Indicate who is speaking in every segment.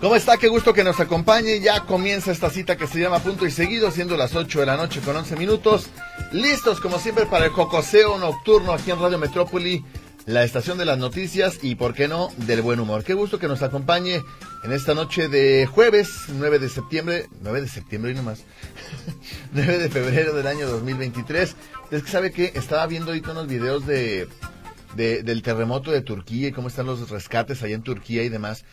Speaker 1: ¿Cómo está? Qué gusto que nos acompañe. Ya comienza esta cita que se llama Punto y Seguido, siendo las 8 de la noche con 11 minutos. Listos, como siempre, para el cocoseo nocturno aquí en Radio Metrópoli, la estación de las noticias y, por qué no, del buen humor. Qué gusto que nos acompañe en esta noche de jueves, 9 de septiembre, 9 de septiembre y nomás, 9 de febrero del año 2023. Es que sabe que estaba viendo ahorita unos videos de, de- del terremoto de Turquía y cómo están los rescates allá en Turquía y demás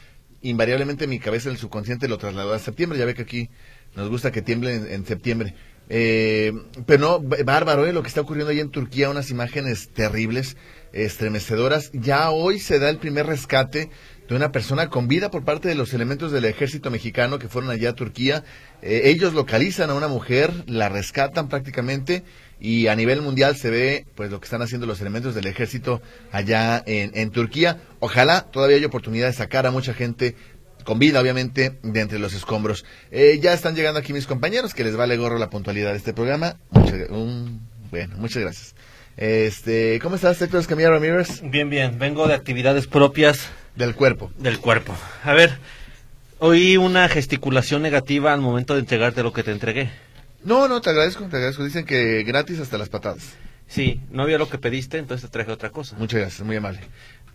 Speaker 1: invariablemente mi cabeza, el subconsciente, lo trasladó a septiembre. Ya ve que aquí nos gusta que tiemble en, en septiembre. Eh, pero no, b- bárbaro, ¿eh? lo que está ocurriendo ahí en Turquía, unas imágenes terribles, estremecedoras. Ya hoy se da el primer rescate de una persona con vida por parte de los elementos del ejército mexicano que fueron allá a Turquía. Eh, ellos localizan a una mujer, la rescatan prácticamente y a nivel mundial se ve pues lo que están haciendo los elementos del ejército allá en, en Turquía. Ojalá todavía haya oportunidad de sacar a mucha gente con vida, obviamente, de entre los escombros. Eh, ya están llegando aquí mis compañeros, que les vale gorro la puntualidad de este programa. Muchas- un- bueno, muchas gracias. Este, ¿Cómo estás, Héctor Escamilla Ramírez?
Speaker 2: Bien, bien, vengo de actividades propias
Speaker 1: Del cuerpo.
Speaker 2: del cuerpo. A ver, oí una gesticulación negativa al momento de entregarte lo que te entregué.
Speaker 1: No, no, te agradezco, te agradezco. Dicen que gratis hasta las patadas.
Speaker 2: Sí, no había lo que pediste, entonces te traje otra cosa.
Speaker 1: Muchas gracias, muy amable.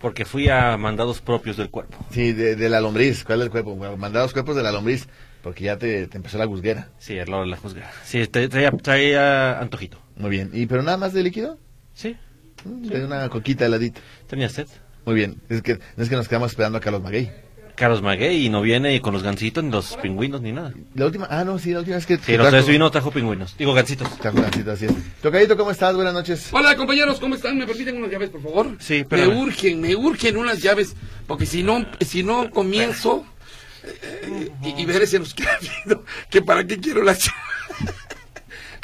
Speaker 2: Porque fui a mandados propios del cuerpo.
Speaker 1: Sí, de, de la lombriz, ¿cuál es el cuerpo? Bueno, mandados cuerpos de la lombriz, porque ya te, te empezó la guzguera.
Speaker 2: Sí, el lado de la juzga. Sí, te- traía, traía antojito.
Speaker 1: Muy bien. ¿Y pero nada más de líquido?
Speaker 2: Sí,
Speaker 1: Mm, De una coquita heladita.
Speaker 2: tenía sed.
Speaker 1: Muy bien. Es que, es que nos quedamos esperando a Carlos Maguey.
Speaker 2: Carlos Maguey y no viene y con los gansitos, ni los pingüinos, ni nada.
Speaker 1: La última, ah, no, sí, la última vez que...
Speaker 2: Sí, los tres vino trajo pingüinos. Digo gansitos.
Speaker 1: Trajo la cita, así es. Tocadito, ¿cómo estás? Buenas noches.
Speaker 3: Hola compañeros, ¿cómo están? ¿Me permiten unas llaves, por favor?
Speaker 2: Sí,
Speaker 3: Me
Speaker 2: espérame.
Speaker 3: urgen, me urgen unas llaves, porque si no, si no comienzo eh, eh, y, y veré se nos queda viendo que para qué quiero las llaves.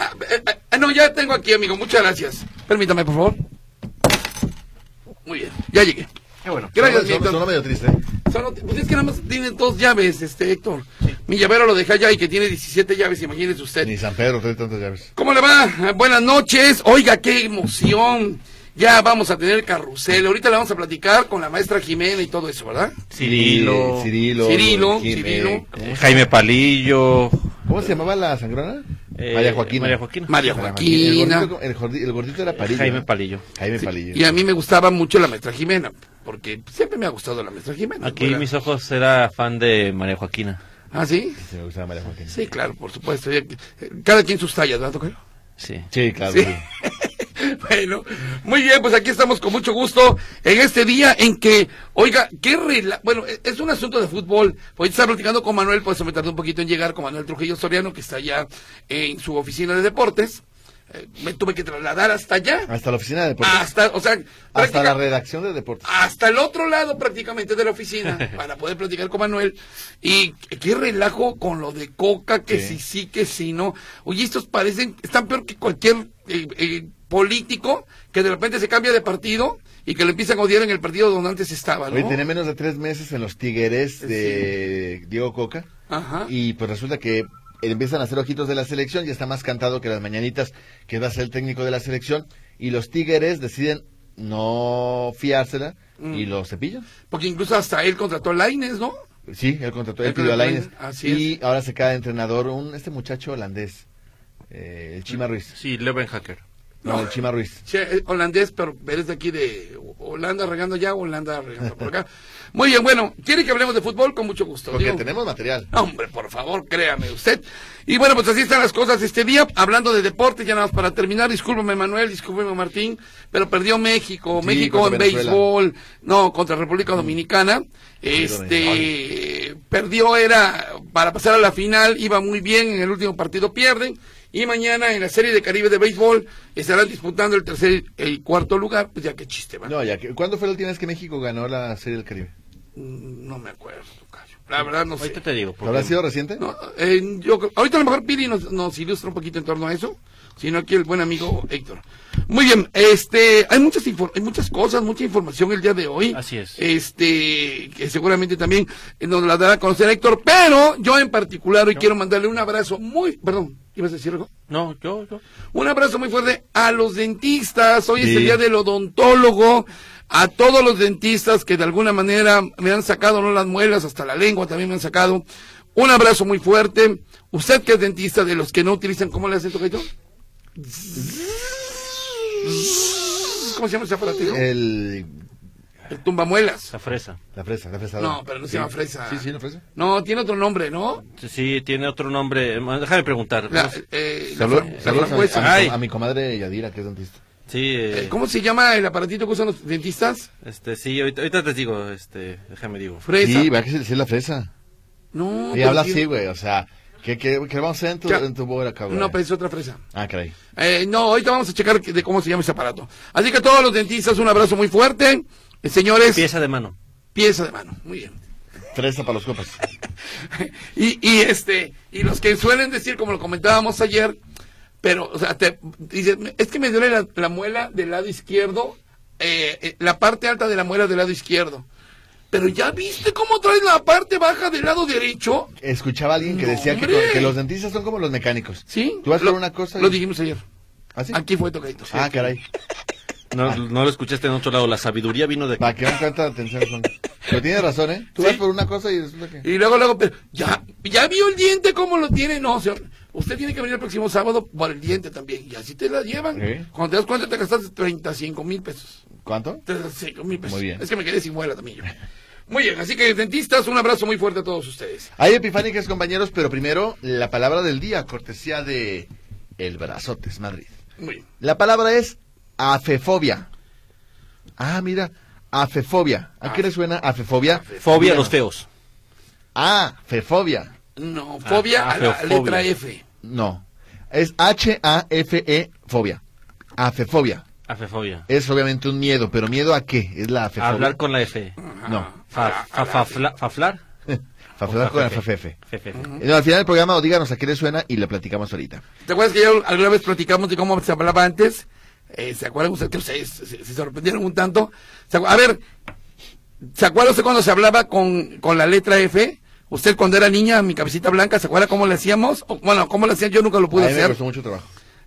Speaker 3: Ah, eh, ah, no, ya tengo aquí, amigo, muchas gracias. Permítame, por favor. Muy bien, ya llegué.
Speaker 2: Qué bueno.
Speaker 3: Gracias, mi
Speaker 1: Sonó-
Speaker 3: Héctor.
Speaker 1: sonó medio triste. ¿eh?
Speaker 3: Solo- pues es que nada más tiene dos llaves, este Héctor. Mi llavero lo dejé allá y que tiene 17 llaves, imagínese usted.
Speaker 1: Ni San Pedro trae tantas llaves.
Speaker 3: ¿Cómo le va? Eh, Buenas noches. Oiga, qué emoción. Ya vamos a tener carrusel. Ahorita le vamos a platicar con la maestra Jimena y todo eso, ¿verdad?
Speaker 2: Cirilo,
Speaker 1: Eh, Cirilo.
Speaker 3: Cirilo,
Speaker 1: Jimé-
Speaker 3: Cirilo.
Speaker 2: eh, Jaime Palillo.
Speaker 1: ¿Cómo se llamaba la sangrona?
Speaker 2: eh,
Speaker 1: María Joaquina.
Speaker 2: María Joaquina.
Speaker 3: María
Speaker 1: María Joaquina. El
Speaker 3: Joaquina.
Speaker 1: gordito, el, gordi- el gordito era Palillo.
Speaker 2: Jaime
Speaker 1: ¿no?
Speaker 2: Palillo.
Speaker 1: Jaime Palillo.
Speaker 3: Y a mí me gustaba mucho la maestra Jimena, porque siempre me ha gustado la maestra Jimena.
Speaker 2: Aquí
Speaker 3: Era-
Speaker 2: mis ojos era fan de María Joaquina.
Speaker 3: ¿Ah, sí?
Speaker 1: Sí, me gustaba María Joaquina.
Speaker 3: Sí, claro, por supuesto. Ya- Cada quien sus tallas, ¿verdad, Tocayo?
Speaker 2: Sí.
Speaker 1: Sí, claro.
Speaker 3: Sí.
Speaker 1: sí.
Speaker 3: Bueno, muy bien, pues aquí estamos con mucho gusto en este día en que, oiga, qué rela... Bueno, e- es un asunto de fútbol. Hoy estaba platicando con Manuel, por eso me tardé un poquito en llegar con Manuel Trujillo Soriano, que está allá en su oficina de deportes. Eh, me tuve que trasladar hasta allá.
Speaker 1: Hasta la oficina de deportes.
Speaker 3: Hasta, o sea,
Speaker 1: Ah, Hasta la
Speaker 3: práctica-
Speaker 1: redacción de deportes.
Speaker 3: hasta el otro lado prácticamente de la oficina para poder platicar con Manuel. Y qué relajo con lo de coca, que
Speaker 1: Sí.
Speaker 3: sí, sí, que sí, no. Oye, estos parecen, están peor que cualquier eh, eh, político que de repente se cambia de partido y que lo empiezan a odiar en el partido donde antes estaba, ¿no?
Speaker 1: Hoy tenía menos de tres meses en los Tigres de Diego Coca.
Speaker 3: Ajá.
Speaker 1: Y pues resulta que empiezan a hacer ojitos de la selección y está más cantado que las mañanitas que va a ser el técnico de la selección. Y los Tigres deciden no fiársela y lo cepillan.
Speaker 3: Porque incluso hasta él contrató a Laines, ¿no?
Speaker 1: Sí, él contrató, él
Speaker 3: Él
Speaker 1: pidió a
Speaker 3: contrató a
Speaker 1: Lainez.
Speaker 3: Lainez, así
Speaker 1: Y ahora se queda de entrenador un, este muchacho holandés, eh, el Chima Ruiz.
Speaker 2: Sí, Leven Hacker.
Speaker 1: No,
Speaker 3: No.
Speaker 1: el Chima Ruiz.
Speaker 3: Che, eh, holandés, pero eres de aquí de Holanda regando allá, Holanda regando por acá. Muy bien, bueno, ¿quiere que hablemos de fútbol? Con mucho gusto.
Speaker 1: Porque
Speaker 3: digo.
Speaker 1: tenemos material.
Speaker 3: No, Hombre, por favor, créame usted. Y bueno, pues así están las cosas este día. Hablando de deporte, ya nada más para terminar. Discúlpame, Manuel, discúlpame, Martín. Pero perdió México.
Speaker 1: Sí,
Speaker 3: México
Speaker 1: contra
Speaker 3: en
Speaker 1: Venezuela. Mm.
Speaker 3: béisbol. No, contra República Dominicana. Este. Perdió, era para pasar a la final. Iba muy bien. En el último partido pierden. Y mañana en la Serie de Caribe de béisbol estarán disputando el tercer y cuarto lugar. Pues ya qué chiste, va.
Speaker 1: No, ya que, ¿cuándo fue la última vez que México ganó la Serie del Caribe?
Speaker 3: Mm, No me acuerdo, Cayo. La verdad no sé.
Speaker 2: Ahorita te digo. porque-
Speaker 1: ¿Habrá sido reciente?
Speaker 3: No, eh, yo creo- ahorita a lo mejor Piri nos, nos ilustra un poquito en torno a eso, sino aquí el buen amigo Héctor. Muy bien, este, hay muchas infor- hay muchas cosas, mucha información el día de hoy.
Speaker 2: Así es.
Speaker 3: Este, que seguramente también eh, nos la dará a conocer Héctor, pero yo en particular hoy quiero mandarle un abrazo muy, perdón, ¿ibas a decir algo?
Speaker 2: No, yo, yo.
Speaker 3: Un abrazo muy fuerte a los dentistas. Hoy es
Speaker 1: Sí.
Speaker 3: el día del odontólogo. A todos los dentistas que de alguna manera me han sacado, no las muelas, hasta la lengua también me han sacado. Un abrazo muy fuerte. Usted que es dentista, de los que no utilizan, ¿cómo le hace esto, Caito? ¿Cómo se llama ese aparatito?
Speaker 1: Eh.
Speaker 3: El,
Speaker 1: El,
Speaker 3: tumbamuelas.
Speaker 2: La fresa.
Speaker 1: la fresa, la fresa.
Speaker 3: No, pero no se
Speaker 1: Sí.
Speaker 3: llama fresa.
Speaker 1: Sí, sí, la fresa.
Speaker 3: No, tiene otro nombre, ¿no?
Speaker 2: Sí, Sí, tiene otro nombre. eh, Déjame preguntar.
Speaker 3: La,
Speaker 2: ¿cómo se-
Speaker 3: eh, la
Speaker 1: Salud-
Speaker 3: fra- la
Speaker 1: saludos Ah,
Speaker 3: frambuesa.
Speaker 1: a, a mi-
Speaker 2: Ay.
Speaker 1: a mi comadre Yadira, que es dentista.
Speaker 2: Sí, eh,
Speaker 3: Eh, ¿Cómo se llama el aparatito que usan los dentistas?
Speaker 2: este, sí, ahorita, ahorita te digo, este, déjame digo.
Speaker 3: Fresa.
Speaker 1: Sí, vea que sí, sí es la fresa.
Speaker 3: No, pues,
Speaker 1: Y
Speaker 3: pero
Speaker 1: habla
Speaker 3: tiene-
Speaker 1: así, güey, o sea, ¿qué, qué, qué vamos a hacer en tu,
Speaker 3: Ya.
Speaker 1: en tu boda, cabrón?
Speaker 3: No, pues. pero es otra fresa.
Speaker 1: Ah, caray.
Speaker 3: Eh, no, ahorita vamos a checar que- de cómo se llama ese aparato. Así que a todos los dentistas, un abrazo muy fuerte. Eh, señores, pieza.
Speaker 2: Pieza de mano.
Speaker 3: de mano. Muy bien.
Speaker 1: Fresa para los copas.
Speaker 3: Y, y este, y los que suelen decir, como lo comentábamos ayer, pero, o sea, te dicen, es que me duele la, la muela del lado izquierdo, eh, eh, la parte alta de la muela del lado izquierdo. Pero ya viste cómo traes la parte baja del lado derecho.
Speaker 1: Escuchaba a alguien que
Speaker 3: No,
Speaker 1: decía que,
Speaker 3: hombre.
Speaker 1: que los dentistas son como los mecánicos.
Speaker 3: ¿Sí?
Speaker 1: Tú vas
Speaker 3: Lo-
Speaker 1: por una cosa y...
Speaker 3: Lo dijimos ayer.
Speaker 1: ¿Ah, sí?
Speaker 3: Aquí fue tocadito.
Speaker 1: ah, caray.
Speaker 2: No, no lo escuchaste en otro lado, la sabiduría vino de
Speaker 1: Para que vean cuánta atención son. Pero tienes razón, ¿eh? Tú
Speaker 3: Sí.
Speaker 1: vas por una cosa y resulta que...
Speaker 3: Y luego, luego, pero ya, ya vio el diente cómo lo tiene. No, señor, usted tiene que venir el próximo sábado por el diente también. Y así te la llevan.
Speaker 1: Ok.
Speaker 3: Cuando te das cuenta, te gastaste 35 mil pesos.
Speaker 1: ¿Cuánto?
Speaker 3: 35 mil pesos.
Speaker 1: Muy bien.
Speaker 3: Es que me quedé sin muela también yo. Muy bien, así que dentistas, un abrazo muy fuerte a todos ustedes.
Speaker 1: Hay epifánicas, compañeros, pero primero, la palabra del día, cortesía de... El Brazotes, Madrid.
Speaker 3: Muy bien.
Speaker 1: La palabra es afefobia. Ah, mira, afefobia. ¿A qué le suena afefobia?
Speaker 2: fobia a
Speaker 1: Mira.
Speaker 2: los feos.
Speaker 1: Afefobia.
Speaker 3: No, fobia
Speaker 2: ah,
Speaker 3: a la
Speaker 2: feofobia.
Speaker 3: letra F.
Speaker 1: No. Es H-A-F-E E, fobia. Afefobia.
Speaker 2: Afefobia.
Speaker 1: Es obviamente un miedo, pero ¿miedo a qué? Es la afefobia.
Speaker 2: Hablar con la F.
Speaker 1: No.
Speaker 2: Fa- fa- fa- fla- ¿Faflar?
Speaker 1: Hablar con la fefefe.
Speaker 2: Fefe.
Speaker 1: No, al final del programa, o díganos a qué le suena y le platicamos ahorita.
Speaker 3: ¿Te acuerdas que ya alguna vez platicamos de cómo se hablaba antes? Eh, ¿Se acuerdan ustedes que ustedes se, se sorprendieron un tanto? ¿Se acu- A ver, ¿se acuerda usted cuando se hablaba con, con la letra F? Usted cuando era niña, mi cabecita blanca, ¿se acuerda cómo le hacíamos? O, bueno, ¿cómo le hacían? Yo nunca lo pude
Speaker 1: a mí me
Speaker 3: hacer.
Speaker 1: costó mucho trabajo.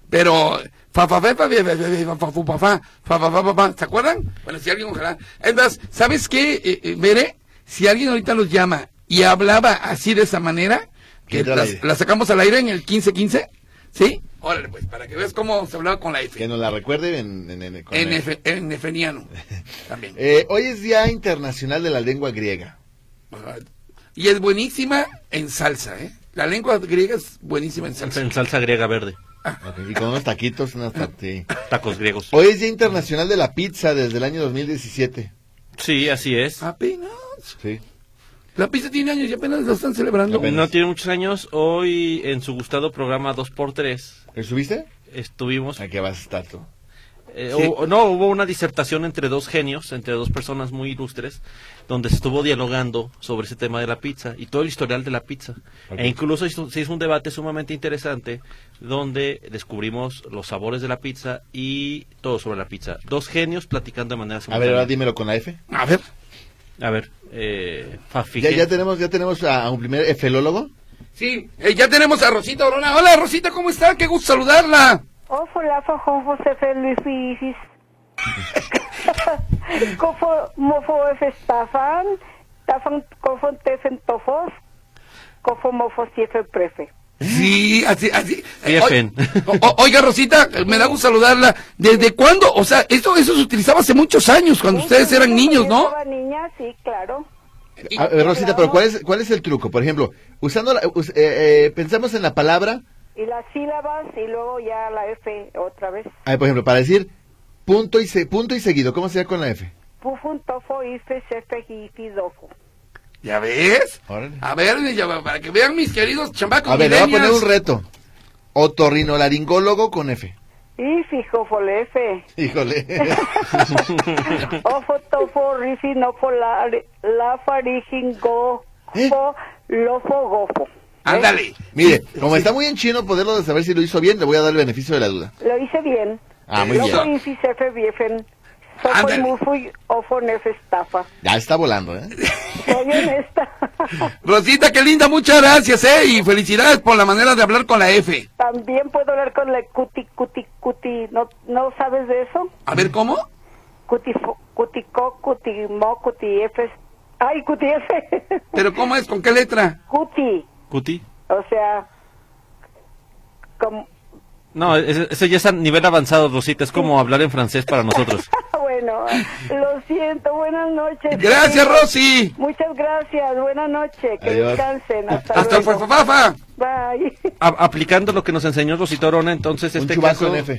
Speaker 3: Pero, fa, fa, fe, fa, fe, fe, fe, fa, fa, fu, fa, fa, fa, fa, fa, fa, fa. ¿se acuerdan? Bueno, si alguien, ojalá. Es más, ¿sabes qué, eh, eh, Bere? Si alguien ahorita los llama y hablaba así de esa manera, que
Speaker 1: Quita al
Speaker 3: las-
Speaker 1: aire.
Speaker 3: la, sacamos al aire en el 1515, ¿sí? Órale, pues, para que veas cómo se hablaba con la
Speaker 1: Que
Speaker 3: F.
Speaker 1: nos la recuerde en... en, en- con- E.
Speaker 3: En, F, en efeniano. También.
Speaker 1: Eh, hoy es Día Internacional de la Lengua Griega.
Speaker 3: Ajá. Y es buenísima en salsa, ¿eh? La lengua griega es buenísima en salsa.
Speaker 2: En salsa griega verde.
Speaker 3: Ah.
Speaker 1: Ok, Y con unos taquitos, unas... tar- sí.
Speaker 2: Tacos griegos.
Speaker 1: Hoy es Día Internacional de la Pizza desde el año 2017.
Speaker 2: Sí, así es.
Speaker 3: Apenas.
Speaker 1: Sí.
Speaker 3: La pizza tiene años y apenas la están celebrando.
Speaker 1: apenas.
Speaker 2: No tiene muchos años. Hoy, en su gustado programa 2x3,
Speaker 1: ¿Le subiste?
Speaker 2: estuvimos...
Speaker 1: ¿A qué vas a estar tú?
Speaker 2: eh,
Speaker 1: Sí.
Speaker 2: hubo- no, hubo una disertación entre dos genios, entre dos personas muy ilustres, donde se estuvo dialogando sobre ese tema de la pizza y todo el historial de la pizza.
Speaker 1: Ok.
Speaker 2: E incluso hizo- se hizo un debate sumamente interesante donde descubrimos los sabores de la pizza y todo sobre la pizza. Dos genios platicando de manera
Speaker 1: A ver, ahora
Speaker 2: simultánea.
Speaker 1: dímelo con la F.
Speaker 3: A ver.
Speaker 2: A ver, eh,
Speaker 1: Ya,
Speaker 2: Fafige-
Speaker 1: ya tenemos, ya tenemos a, a un primer efelólogo.
Speaker 3: Sí, eh, ya tenemos a Rosita Orona. Hola Rosita, ¿cómo está? Qué gusto saludarla.
Speaker 4: Όφολα χώμφωσε φέλη φύσης. Κόφο μοφό εφεστάφαν, τάφαν κόφον τέφεν το φως, κόφο μοφός τέφεν πρέφε.
Speaker 3: Sí, así, así.
Speaker 2: Sí,
Speaker 3: oi-
Speaker 2: Efen.
Speaker 3: o- o- oiga Rosita, eh, me da gusto saludarla. ¿Desde cuándo? O sea, esto, eso se utilizaba hace muchos años, cuando ustedes eran niños, ¿no?
Speaker 4: Estaba niña, sí, claro.
Speaker 3: Y-
Speaker 1: A ver, Rosita, pero ¿cuál es, cuál es el truco? Por ejemplo, usando la- us- eh, eh, pensamos en la palabra,
Speaker 4: Y las sílabas y luego ya la F otra vez.
Speaker 1: a ver, por ejemplo, para decir punto y, se- punto y seguido, ¿cómo sería con la F?
Speaker 4: Πούφουν τόφο ήφε σέφε χιφι δόφο.
Speaker 3: ¿Ya ves?
Speaker 1: Órale.
Speaker 3: A ver, ya va- para que vean mis queridos chamacos.
Speaker 1: A ver, le voy a poner
Speaker 3: millennials.
Speaker 1: un reto. Otorrinolaringólogo con F.
Speaker 4: Ήφι χωφολε F.
Speaker 1: Híjole.
Speaker 4: Όφο τόφο ρίφι νόφο λάφα ρίχιν γο
Speaker 1: ¿Eh?
Speaker 4: fo, lofo, gofo.
Speaker 3: Ándale.
Speaker 1: Mire, como está muy en chino poderlo de saber si lo hizo bien, le voy a dar el beneficio de la duda.
Speaker 4: Lo hice bien.
Speaker 1: Ah, muy
Speaker 4: Lofo,
Speaker 1: bien.
Speaker 4: infi, cefe, biefen, sofo,
Speaker 3: Ándale.
Speaker 4: mufu, ofo, nefe, estafa.
Speaker 1: Ya está volando, ¿eh?
Speaker 4: Soy honesta.
Speaker 3: Rosita, qué linda, muchas gracias, ¿eh? Y felicidades por la manera de hablar con la F.
Speaker 4: También puedo hablar con la cuti, cuti, cuti. ¿No, no sabes de eso?
Speaker 3: A ver, ¿cómo?
Speaker 4: Cuti, fo- cutico, cutimo, cutifes. Ay, cutife.
Speaker 3: ¿Pero cómo es? ¿Con qué letra?
Speaker 4: cuti.
Speaker 2: Cuti.
Speaker 4: O sea, como...
Speaker 2: No, ese, ese ya es a nivel avanzado, Rosita. Es como hablar en francés para nosotros.
Speaker 4: bueno, lo siento. Buenas noches.
Speaker 3: Gracias, Rosy.
Speaker 4: Muchas gracias. Buenas noches. Que
Speaker 1: Adiós.
Speaker 4: descansen. Hasta,
Speaker 3: Hasta el
Speaker 4: luego.
Speaker 3: fafafa.
Speaker 4: Bye.
Speaker 2: A- aplicando lo que nos enseñó Rosita Orona, entonces
Speaker 1: Un
Speaker 2: este
Speaker 1: chubaco en
Speaker 2: caso...
Speaker 1: F.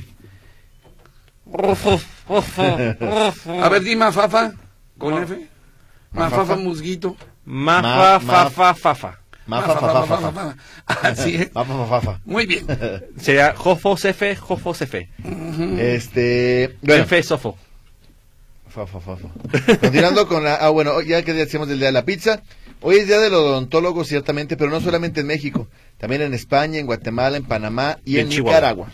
Speaker 3: A ver, di mafafa. ¿Con F? Mafafa musguito.
Speaker 2: Mafa,
Speaker 1: Ma-
Speaker 2: fa, fa, fa, fa.
Speaker 1: Mafa, fa, fa, fa, fa.
Speaker 3: Así ¿eh? es.
Speaker 1: Mafa, fa, fa, fa.
Speaker 3: Muy bien.
Speaker 2: Sería Jofo Cefe, Jofo Cefe.
Speaker 1: Este. Bueno.
Speaker 2: Cefe, Sofo.
Speaker 1: Fa, fa, fa, fa. Continuando con la. Ah, bueno, ya que decíamos del día de la pizza. Hoy es día del odontólogo, ciertamente, pero no solamente en México. También en España, en Guatemala, en Panamá y,
Speaker 2: Y
Speaker 1: en,
Speaker 2: en Chihuahua.
Speaker 1: Nicaragua.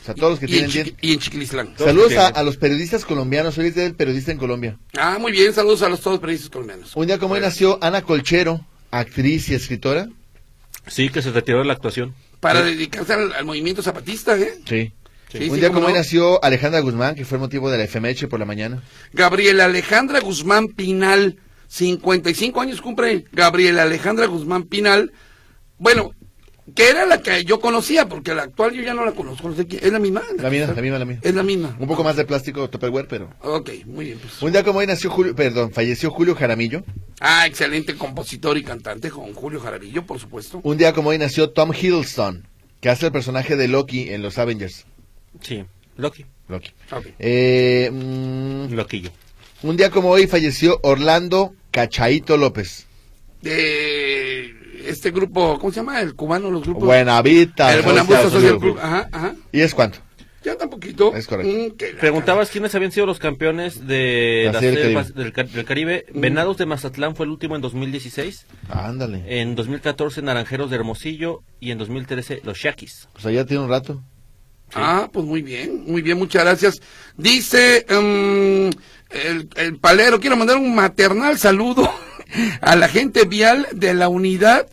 Speaker 1: O sea, todos los que
Speaker 3: Y en,
Speaker 1: tienen
Speaker 3: Chiqui-
Speaker 1: dientes.
Speaker 3: y en Chiquilislán.
Speaker 2: todos
Speaker 1: Saludos
Speaker 2: los que
Speaker 1: a,
Speaker 2: tienen-
Speaker 1: a los periodistas colombianos. Hoy es día del periodista en Colombia.
Speaker 3: Ah, muy bien. Saludos a los todos periodistas colombianos.
Speaker 1: Un día como hoy nació Ana Colchero, actriz y escritora.
Speaker 2: Sí, que se retiró de la actuación.
Speaker 3: Para dedicarse al, al movimiento zapatista, ¿eh?
Speaker 1: Sí.
Speaker 3: Sí,
Speaker 1: Un
Speaker 3: sí,
Speaker 1: día
Speaker 3: cómo
Speaker 1: como hoy
Speaker 3: no.
Speaker 1: nació Alejandra Guzmán, que fue el motivo de la FMH por la mañana.
Speaker 3: Gabriela Alejandra Guzmán Pinal, 55 años cumple Gabriela Alejandra Guzmán Pinal. Bueno, que era la que yo conocía, porque la actual yo ya no la conozco. no sé quién- ¿Es la misma?
Speaker 1: La mía, la misma, la mía.
Speaker 3: Es la misma.
Speaker 1: Un poco más de plástico, Tupperware, pero.
Speaker 3: Ok, muy bien. Pues.
Speaker 1: Un día como hoy nació Julio, perdón, falleció Julio Jaramillo.
Speaker 3: Ah, excelente compositor y cantante con Julio Jaramillo, por supuesto.
Speaker 1: Un día como hoy nació Tom Hiddleston, que hace el personaje de Loki en los Avengers.
Speaker 2: Sí, Loki.
Speaker 1: Loki.
Speaker 3: Ok.
Speaker 1: Eh, mm,
Speaker 2: Loquillo.
Speaker 1: un día como hoy falleció Orlando Cachaito López.
Speaker 3: De este grupo, ¿cómo se llama? El cubano, los grupos.
Speaker 1: Buenavita.
Speaker 3: el Buena Vista
Speaker 1: Social
Speaker 3: Social
Speaker 1: Club.
Speaker 3: Club. Ajá, ajá.
Speaker 1: ¿Y es cuánto?
Speaker 3: Ya tampoco.
Speaker 1: Es correcto.
Speaker 3: Mm,
Speaker 2: Preguntabas quiénes habían sido los campeones de
Speaker 1: Así
Speaker 2: las
Speaker 1: del Caribe. Mm.
Speaker 2: selvas del, Ca- del Caribe. Venados de Mazatlán fue el último en 2016.
Speaker 1: Ándale.
Speaker 2: En 2014, Naranjeros de Hermosillo. Y en 2013, los Yaquis.
Speaker 1: O sea, ya Pues tiene un rato.
Speaker 3: Ah, pues muy bien, muy bien, muchas gracias. Dice mm, el, el palero, quiero mandar un maternal saludo a la gente vial de la unidad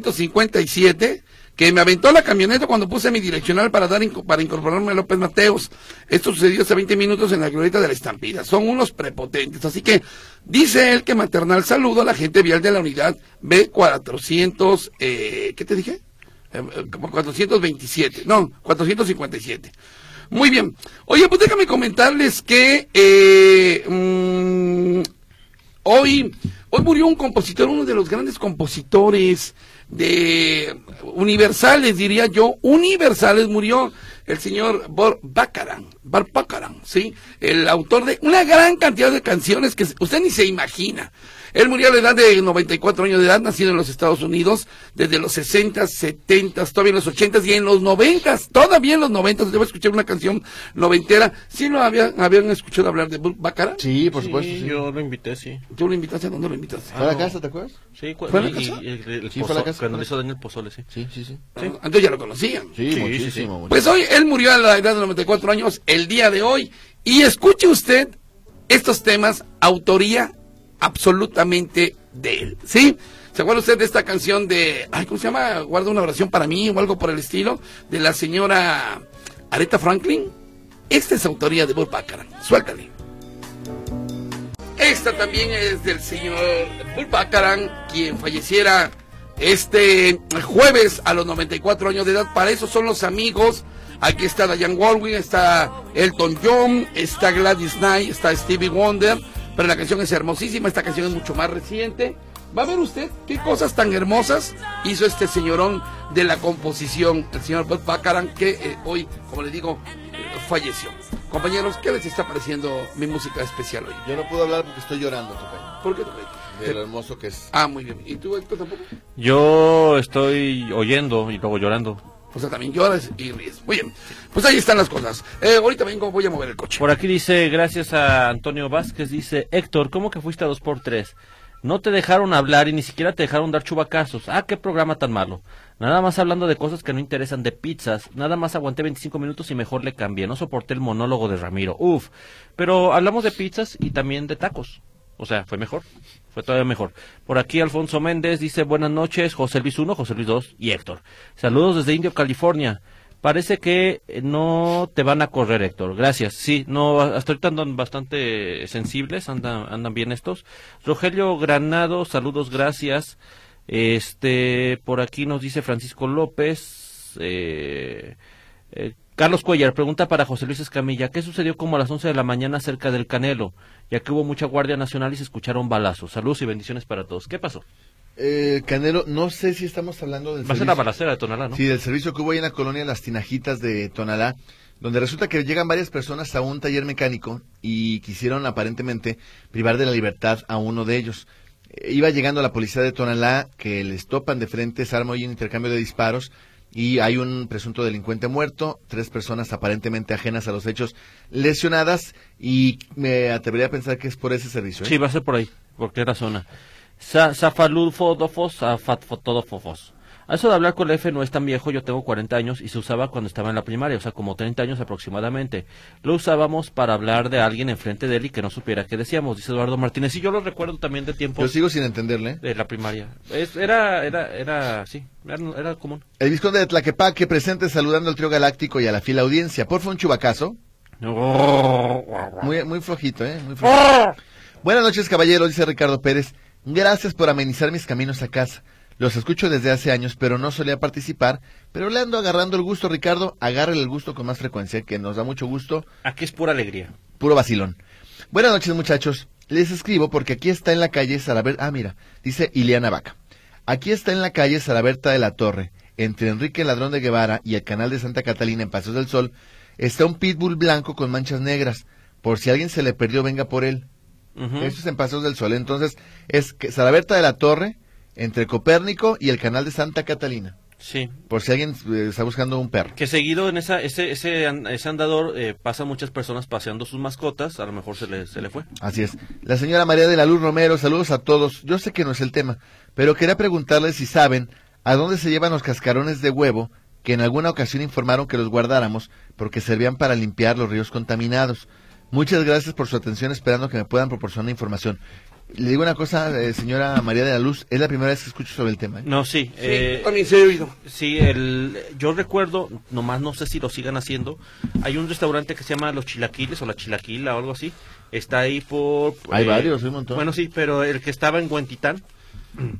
Speaker 3: B457 que me aventó la camioneta cuando puse mi direccional para dar inco- para incorporarme a López Mateos. Esto sucedió hace 20 minutos en la glorieta de la estampida. Son unos prepotentes. Así que dice él que maternal saludo a la gente vial de la unidad B400, eh, ¿qué te dije? Eh, eh, como 427, no, 457. Muy bien. Oye, pues déjame comentarles que eh, mm, hoy, hoy murió un compositor, uno de los grandes compositores de universales, diría yo, universales, murió el señor Bor Bacaran, Bar Bacaran, ¿sí? El autor de una gran cantidad de canciones que usted ni se imagina. Él murió a la edad de 94 años de edad, nacido en los Estados Unidos, desde los 60, 70, todavía en los 80 y en los 90, todavía en los 90, debo escuchar una canción noventera. ¿Sí lo habían, habían escuchado hablar de Bor Bacaran?
Speaker 1: Sí, por supuesto.
Speaker 2: Sí,
Speaker 1: sí.
Speaker 2: yo Ah, lo invité, sí.
Speaker 3: ¿Tú lo invitaste? ¿A dónde lo invitaste?
Speaker 1: ¿Fue a la casa, te acuerdas?
Speaker 2: Sí, cu-
Speaker 1: ¿Fue a la
Speaker 2: y-
Speaker 1: casa?
Speaker 2: y el- el
Speaker 1: Sí, fue a la
Speaker 2: pozo-
Speaker 1: casa,
Speaker 2: Cuando
Speaker 1: fue a
Speaker 2: le
Speaker 1: la
Speaker 2: hizo Daniel Pozole, sí.
Speaker 1: Sí, sí, sí.
Speaker 3: Ah, Antes ya lo conocían.
Speaker 1: Sí,
Speaker 2: Sí,
Speaker 1: muchísimo.
Speaker 2: sí, sí.
Speaker 1: muchísimo.
Speaker 3: Pues hoy él murió a la edad de 94 años, el día de hoy. Y escuche usted estos temas, autoría absolutamente de él. ¿Sí? ¿Se acuerda usted de esta canción de. Ay, ¿Cómo se llama? Guarda una oración para mí o algo por el estilo? De la señora Aretha Franklin. Esta es autoría de Bob Baccarat. Suéltale. Esta también es del señor Pulpacarán, quien falleciera este jueves a los 94 años de edad. Para eso son los amigos. Aquí está Diane Warwick, está Elton John, está Gladys Knight, está Stevie Wonder. Pero la canción es hermosísima, esta canción es mucho más reciente. Va a ver usted qué cosas tan hermosas hizo este señorón de la composición, el señor Bob Baccarat, que eh, hoy, como le digo, eh, falleció. Compañeros, ¿qué les está pareciendo mi música especial hoy?
Speaker 1: Yo no puedo hablar porque estoy llorando, Tocayo,
Speaker 3: ¿Por qué
Speaker 1: de lo hermoso que es.
Speaker 3: Ah, muy bien. ¿Y tú, Héctor, tampoco?
Speaker 2: Yo estoy oyendo y luego llorando.
Speaker 3: O sea, también lloras y ríes. Muy bien. Pues ahí están las cosas. Eh, ahorita vengo, voy a mover el coche.
Speaker 2: Por aquí dice, gracias a Antonio Vázquez, dice, Héctor, ¿cómo que fuiste a 2x3? No te dejaron hablar y ni siquiera te dejaron dar chubacazos. Ah, qué programa tan malo. Nada más hablando de cosas que no interesan, de pizzas. Nada más aguanté 25 minutos y mejor le cambié. No soporté el monólogo de Ramiro. Uf. Pero hablamos de pizzas y también de tacos. O sea, fue mejor. Fue todavía mejor. Por aquí Alfonso Méndez dice buenas noches, José Luis 1, José Luis 2 y Héctor. Saludos desde Indio, California. Parece que eh, no te van a correr, Héctor. Gracias. Sí, no, hasta ahorita andan bastante sensibles, andan, andan bien estos. Rogelio Granado, saludos, gracias. Este, por aquí nos dice Francisco López. Eh, eh, Carlos Cuellar, pregunta para José Luis Escamilla, ¿qué sucedió como a las 11 de la mañana cerca del Canelo? Ya que hubo mucha Guardia Nacional y se escucharon balazos. Saludos y bendiciones para todos. ¿Qué pasó?
Speaker 1: Eh, Canelo, no sé si estamos hablando del
Speaker 2: Va a ser la balacera de Tonalá, ¿no?
Speaker 1: Sí, del servicio que hubo ahí en la colonia Las Tinajitas de Tonalá, donde resulta que llegan varias personas a un taller mecánico y quisieron aparentemente privar de la libertad a uno de ellos. Eh, Iba llegando la policía de Tonalá, que les topan de frente, se arma ahí un intercambio de disparos y hay un presunto delincuente muerto, tres personas aparentemente ajenas a los hechos lesionadas y me atrevería a pensar que es por ese servicio. ¿eh?
Speaker 2: Sí, va a ser por ahí, porque era zona. Sa- Zafalufodofos, Zafatfotodofofos. A eso de hablar con el F no es tan viejo, yo tengo 40 años y se usaba cuando estaba en la primaria, o sea, como 30 años aproximadamente. Lo usábamos para hablar de alguien enfrente de él y que no supiera qué decíamos, dice Eduardo Martínez. Y yo lo recuerdo también de
Speaker 1: Yo
Speaker 2: tiempos
Speaker 1: sigo sin entenderle. ¿eh?
Speaker 2: de la primaria. Es- era, era, era, sí, era, era común.
Speaker 1: El visconde de Tlaquepaque presente saludando al trío galáctico y a la fila audiencia. Porfa, un chubacazo. Muy, muy flojito, ¿eh? Muy flojito. Buenas noches, caballero, dice Ricardo Pérez. Gracias por amenizar mis caminos a casa. Los escucho desde hace años, pero no solía participar. Pero le ando agarrando el gusto, Ricardo. Agárrele el gusto con más frecuencia, que nos da mucho gusto.
Speaker 2: Aquí es pura alegría.
Speaker 1: Puro vacilón. Buenas noches, muchachos. Les escribo porque aquí está en la calle Salaberta. Ah, mira, dice Ileana Vaca. Aquí está en la calle Salaberta de la Torre, entre Enrique Ladrón de Guevara y el canal de Santa Catalina en Pasos del Sol, está un pitbull blanco con manchas negras. Por si alguien se le perdió, venga por él.
Speaker 2: Ujú.
Speaker 1: Eso es en Pasos del Sol. Entonces, es que Salaberta de la Torre, entre Copérnico y el canal de Santa Catalina.
Speaker 2: Sí,
Speaker 1: Por si alguien eh, está buscando un perro.
Speaker 2: Que seguido en esa, ese, ese, an- ese andador eh, pasan muchas personas paseando sus mascotas, a lo mejor se le, se le fue.
Speaker 1: Así es. La señora María de la Luz Romero, saludos a todos. Yo sé que no es el tema, pero quería preguntarles si saben a dónde se llevan los cascarones de huevo que en alguna ocasión informaron que los guardáramos porque servían para limpiar los ríos contaminados. Muchas gracias por su atención, esperando que me puedan proporcionar información. Le digo una cosa, eh, señora María de la Luz, es la primera vez que escucho sobre el tema. ¿eh?
Speaker 2: No, sí.
Speaker 3: Sí,
Speaker 2: eh,
Speaker 3: yo también se he oído.
Speaker 2: sí, el, yo recuerdo, nomás no sé si lo sigan haciendo, hay un restaurante que se llama Los Chilaquiles o La Chilaquila o algo así. Está ahí por... eh,
Speaker 1: Hay varios, hay un montón.
Speaker 2: Bueno, sí, pero el que estaba en Huentitán,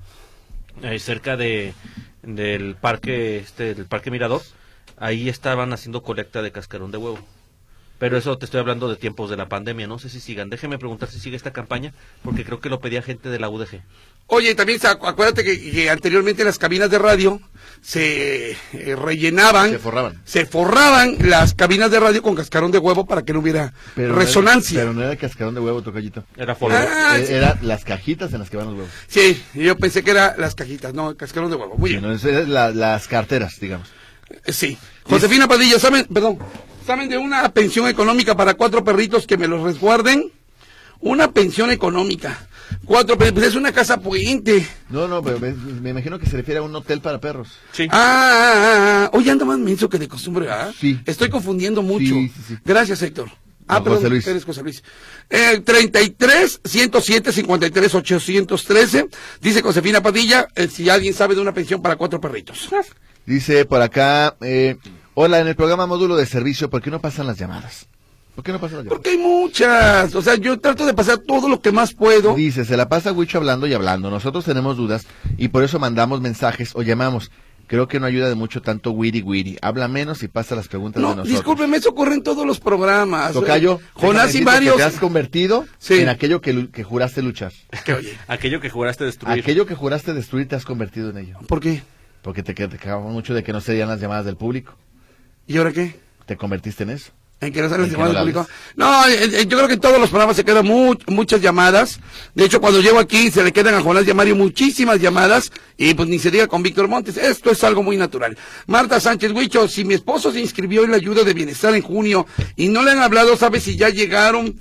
Speaker 2: eh, cerca de del parque este del parque Mirador, ahí estaban haciendo colecta de cascarón de huevo. Pero eso te estoy hablando de tiempos de la pandemia, no sé si sigan. Déjeme preguntar si sigue esta campaña, porque creo que lo pedía gente de la UDG.
Speaker 3: Oye, también se- acu- acuérdate que, que anteriormente las cabinas de radio se eh, rellenaban.
Speaker 1: Se forraban.
Speaker 3: Se forraban las cabinas de radio con cascarón de huevo para que no hubiera
Speaker 1: Pero no era-
Speaker 3: resonancia.
Speaker 1: pero no era el cascarón de huevo, tocallito.
Speaker 2: Era
Speaker 1: Era,
Speaker 2: folio.
Speaker 3: Ah, sí.
Speaker 1: era las cajitas en las que van los huevos.
Speaker 3: Sí, yo pensé que era las cajitas, no, cascarón de huevo. Muy
Speaker 1: Sí,
Speaker 3: bien.
Speaker 1: no, es- es la- las carteras, digamos.
Speaker 3: Eh, Sí. Josefina Padilla, ¿saben? Perdón. ¿Saben de una pensión económica para cuatro perritos que me los resguarden? Una pensión económica. Cuatro perritos. Pues es una casa puente.
Speaker 1: No, no, pero ves, me imagino que se refiere a un hotel para perros.
Speaker 2: Sí.
Speaker 3: Ah, ah, ah, ah. Oye, anda más menso que de costumbre, ¿verdad?
Speaker 1: Sí.
Speaker 3: Estoy confundiendo mucho.
Speaker 1: Sí, sí, sí.
Speaker 3: Gracias, Héctor. Ah,
Speaker 1: No,
Speaker 3: perdón,
Speaker 1: José Luis.
Speaker 3: eres José Luis. Eh, 33 107 53 813. Dice Josefina Padilla, eh, si alguien sabe de una pensión para cuatro perritos.
Speaker 1: Dice por acá, eh, hola, en el programa módulo de servicio, ¿por qué no pasan las llamadas? ¿Por qué no pasan las llamadas?
Speaker 3: Porque hay muchas. O sea, yo trato de pasar todo lo que más puedo.
Speaker 1: Dice, se la pasa Huicho hablando y hablando. Nosotros tenemos dudas y por eso mandamos mensajes o llamamos. Creo que no ayuda de mucho tanto Wiri Wiri. Habla menos y pasa las preguntas de
Speaker 3: No,
Speaker 1: nosotros.
Speaker 3: discúlpeme, eso ocurre en todos los programas.
Speaker 1: Tocayo,
Speaker 3: Eh, Jonás y
Speaker 1: déjame decirte que
Speaker 3: varios.
Speaker 1: Te has convertido
Speaker 3: Sí.
Speaker 1: en aquello que, lu- que juraste luchar.
Speaker 3: Que, oye,
Speaker 2: Aquello que juraste destruir.
Speaker 1: Aquello que juraste destruir te has convertido en ello.
Speaker 3: ¿Por qué?
Speaker 1: Porque te, que- te quejabas mucho de que no se dieran las llamadas del público.
Speaker 3: ¿Y ahora qué?
Speaker 1: Te convertiste en eso.
Speaker 3: En Eh, que no salen
Speaker 1: En que
Speaker 3: llamadas
Speaker 1: no
Speaker 3: al
Speaker 1: la
Speaker 3: público. No, eh, eh, yo creo que en todos los programas se quedan mu- muchas llamadas. De hecho, cuando llego aquí se le quedan a Jonás y a Mario muchísimas llamadas. Y pues ni se diga con Víctor Montes. Esto es algo muy natural. Marta Sánchez Huicho, si mi esposo se inscribió en la ayuda de bienestar en junio y no le han hablado, ¿sabe si ya llegaron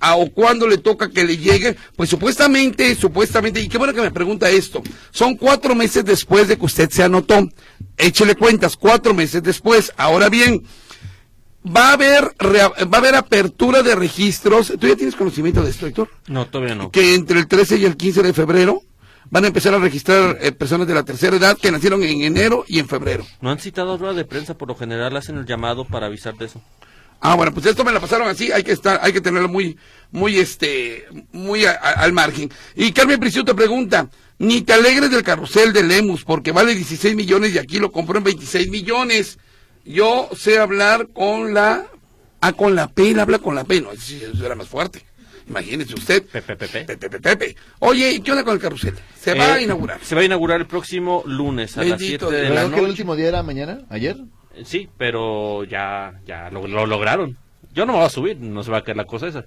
Speaker 3: a- o cuándo le toca que le llegue, pues supuestamente, supuestamente, y qué bueno que me pregunta esto, son cuatro meses después de que usted se anotó. Échele cuentas, cuatro meses después. Ahora bien, va a haber, rea- va a haber apertura de registros. ¿Tú ya tienes conocimiento de esto, Héctor?
Speaker 2: No, todavía no.
Speaker 3: que entre el 13 y el 15 de febrero van a empezar a registrar eh, personas de la tercera edad que nacieron en enero y en febrero.
Speaker 2: No han citado a rueda de prensa, por lo general hacen el llamado para avisar de eso.
Speaker 3: Ah, bueno, pues esto me la pasaron así, hay que estar, hay que tenerlo muy, muy este, muy a- a- al margen. Y Carmen Priscio te pregunta, ni te alegres del carrusel de Lemus, porque vale 16 millones y aquí lo compró en 26 millones. Yo sé hablar con la, ah, con la P, él habla con la P, no, eso sí, eso era más fuerte. Imagínese usted.
Speaker 2: Pepe, Pepe.
Speaker 3: Pepe, Pepe, Pepe. Oye, ¿y qué onda con el carrusel? Se va a
Speaker 2: Eh,
Speaker 3: inaugurar.
Speaker 2: Se va a inaugurar el próximo lunes a
Speaker 3: Bendito
Speaker 2: las 7 de la
Speaker 3: Dios.
Speaker 1: ¿Verdad que el
Speaker 2: noche.
Speaker 1: último día era mañana? ¿Ayer?
Speaker 2: Eh, Sí, pero ya, ya lo, lo lograron. Yo no me voy a subir, no se va a caer la cosa esa.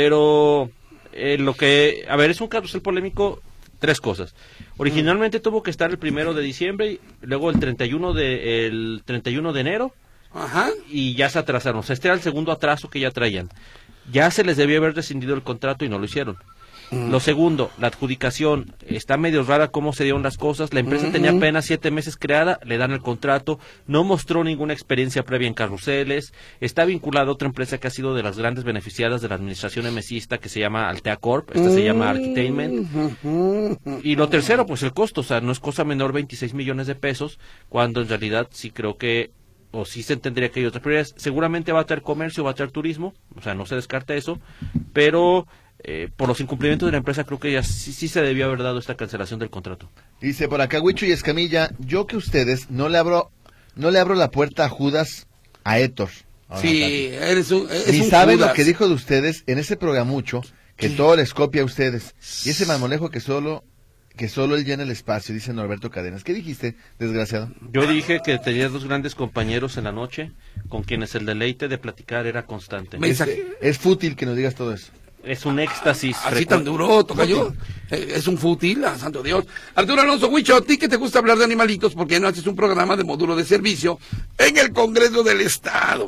Speaker 2: Pero eh, lo que, a ver, es un carrusel polémico, tres cosas. Originalmente tuvo que estar el primero de diciembre, y luego el 31 de, el 31 de enero,
Speaker 3: Ajá.
Speaker 2: y ya se atrasaron. O sea, este era el segundo atraso que ya traían. Ya se les debió haber rescindido el contrato y no lo hicieron. Lo segundo, la adjudicación. Está medio rara cómo se dieron las cosas. La empresa tenía apenas siete meses creada, le dan el contrato, no mostró ninguna experiencia previa en carruseles, está vinculada a otra empresa que ha sido de las grandes beneficiadas de la administración emesista que se llama Altea Corp, esta se llama Architainment. Y lo tercero, pues el costo, o sea, no es cosa menor 26 millones de pesos, cuando en realidad sí creo que, o sí se entendería que hay otras prioridades. Seguramente va a traer comercio, va a traer turismo, o sea, no se descarta eso, pero eh, por los incumplimientos de la empresa creo que ya sí, sí se debió haber dado esta cancelación del contrato.
Speaker 1: Dice por acá Huicho y Escamilla, yo que ustedes no le abro, no le abro la puerta a Judas a Héctor. Ahora,
Speaker 3: Sí, eres un. Es
Speaker 1: Ni
Speaker 3: un
Speaker 1: saben
Speaker 3: Judas.
Speaker 1: lo que dijo de ustedes en ese programucho que todo les copia a ustedes. Y ese mamolejo que solo que solo él llena el espacio, dice Norberto Cadenas. ¿Qué dijiste, desgraciado?
Speaker 2: Yo dije que tenía dos grandes compañeros en la noche con quienes el deleite de platicar era constante.
Speaker 3: Me-
Speaker 1: Es,
Speaker 3: Mensaje.
Speaker 1: es fútil que nos digas todo eso.
Speaker 2: Es un éxtasis.
Speaker 3: Así
Speaker 2: frecu-
Speaker 3: tan duro, toca yo. Es un fútil, ah, santo Dios. Arturo Alonso Huicho, a ti que te gusta hablar de animalitos, porque no haces un programa de módulo de servicio en el Congreso del Estado.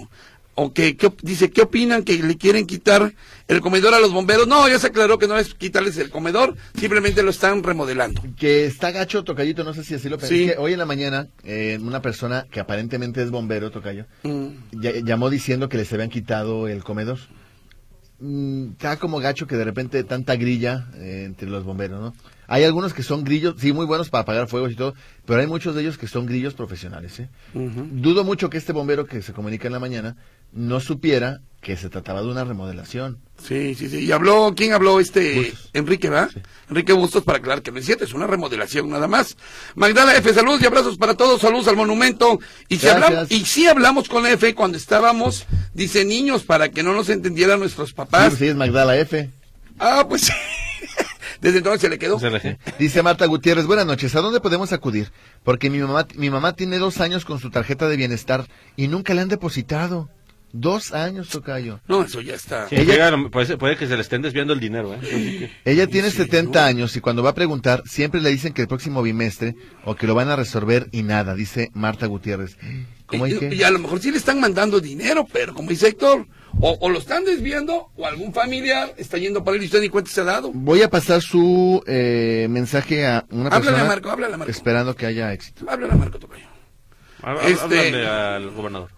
Speaker 3: O que, que op- dice, ¿qué opinan que le quieren quitar el comedor a los bomberos? No, ya se aclaró que no es quitarles el comedor, simplemente lo están remodelando.
Speaker 1: Que está gacho, Tocayito, no sé si así lo pensé.
Speaker 3: Sí.
Speaker 1: Es que hoy en la mañana, eh, una persona que aparentemente es bombero, Tocayo,
Speaker 3: Mm.
Speaker 1: ya- llamó diciendo que les habían quitado el comedor. Mm, Está como gacho que de repente tanta grilla eh, entre los bomberos, ¿no? Hay algunos que son grillos, sí, muy buenos para apagar fuegos y todo, pero hay muchos de ellos que son grillos profesionales, ¿eh? Dudo mucho que este bombero que se comunica en la mañana no supiera que se trataba de una remodelación.
Speaker 3: Sí, sí, sí. Y habló, ¿quién habló? Este
Speaker 1: Bustos.
Speaker 3: Enrique, ¿va? Enrique Bustos para aclarar que no es cierto, es una remodelación nada más. Magdala F, saludos y abrazos para todos, saludos al monumento. Y si
Speaker 1: Gracias.
Speaker 3: hablamos, y sí hablamos con F cuando estábamos, dice niños, para que no nos entendieran nuestros papás.
Speaker 1: Sí, sí, es Magdala F.
Speaker 3: Ah, pues sí. Desde entonces se le quedó.
Speaker 2: Se alejé.
Speaker 1: Dice Marta Gutiérrez, buenas noches, ¿a dónde podemos acudir? Porque mi mamá, mi mamá tiene dos años con su tarjeta de bienestar y nunca le han depositado. Dos años, Tocayo.
Speaker 3: No, eso ya está.
Speaker 2: Sí,
Speaker 1: Ella-
Speaker 2: llega- puede, puede que se le estén desviando el dinero. ¿eh? Así que-
Speaker 1: Ella tiene 70 años y cuando va a preguntar siempre le dicen que el próximo bimestre o que lo van a resolver y nada, dice Marta Gutiérrez. ¿Cómo hay
Speaker 3: y, y
Speaker 1: que?
Speaker 3: a lo mejor sí le están mandando dinero, pero como dice Héctor, o, o lo están desviando, o algún familiar está yendo para él y usted ni cuenta se ha dado.
Speaker 1: Voy a pasar su eh, mensaje a una
Speaker 3: Háblale a
Speaker 1: persona
Speaker 3: Marco, háblale a Marco.
Speaker 1: esperando que haya éxito.
Speaker 3: Háblale a Marco Tocayo.
Speaker 2: Há- há-
Speaker 3: Este-
Speaker 2: háblale al gobernador.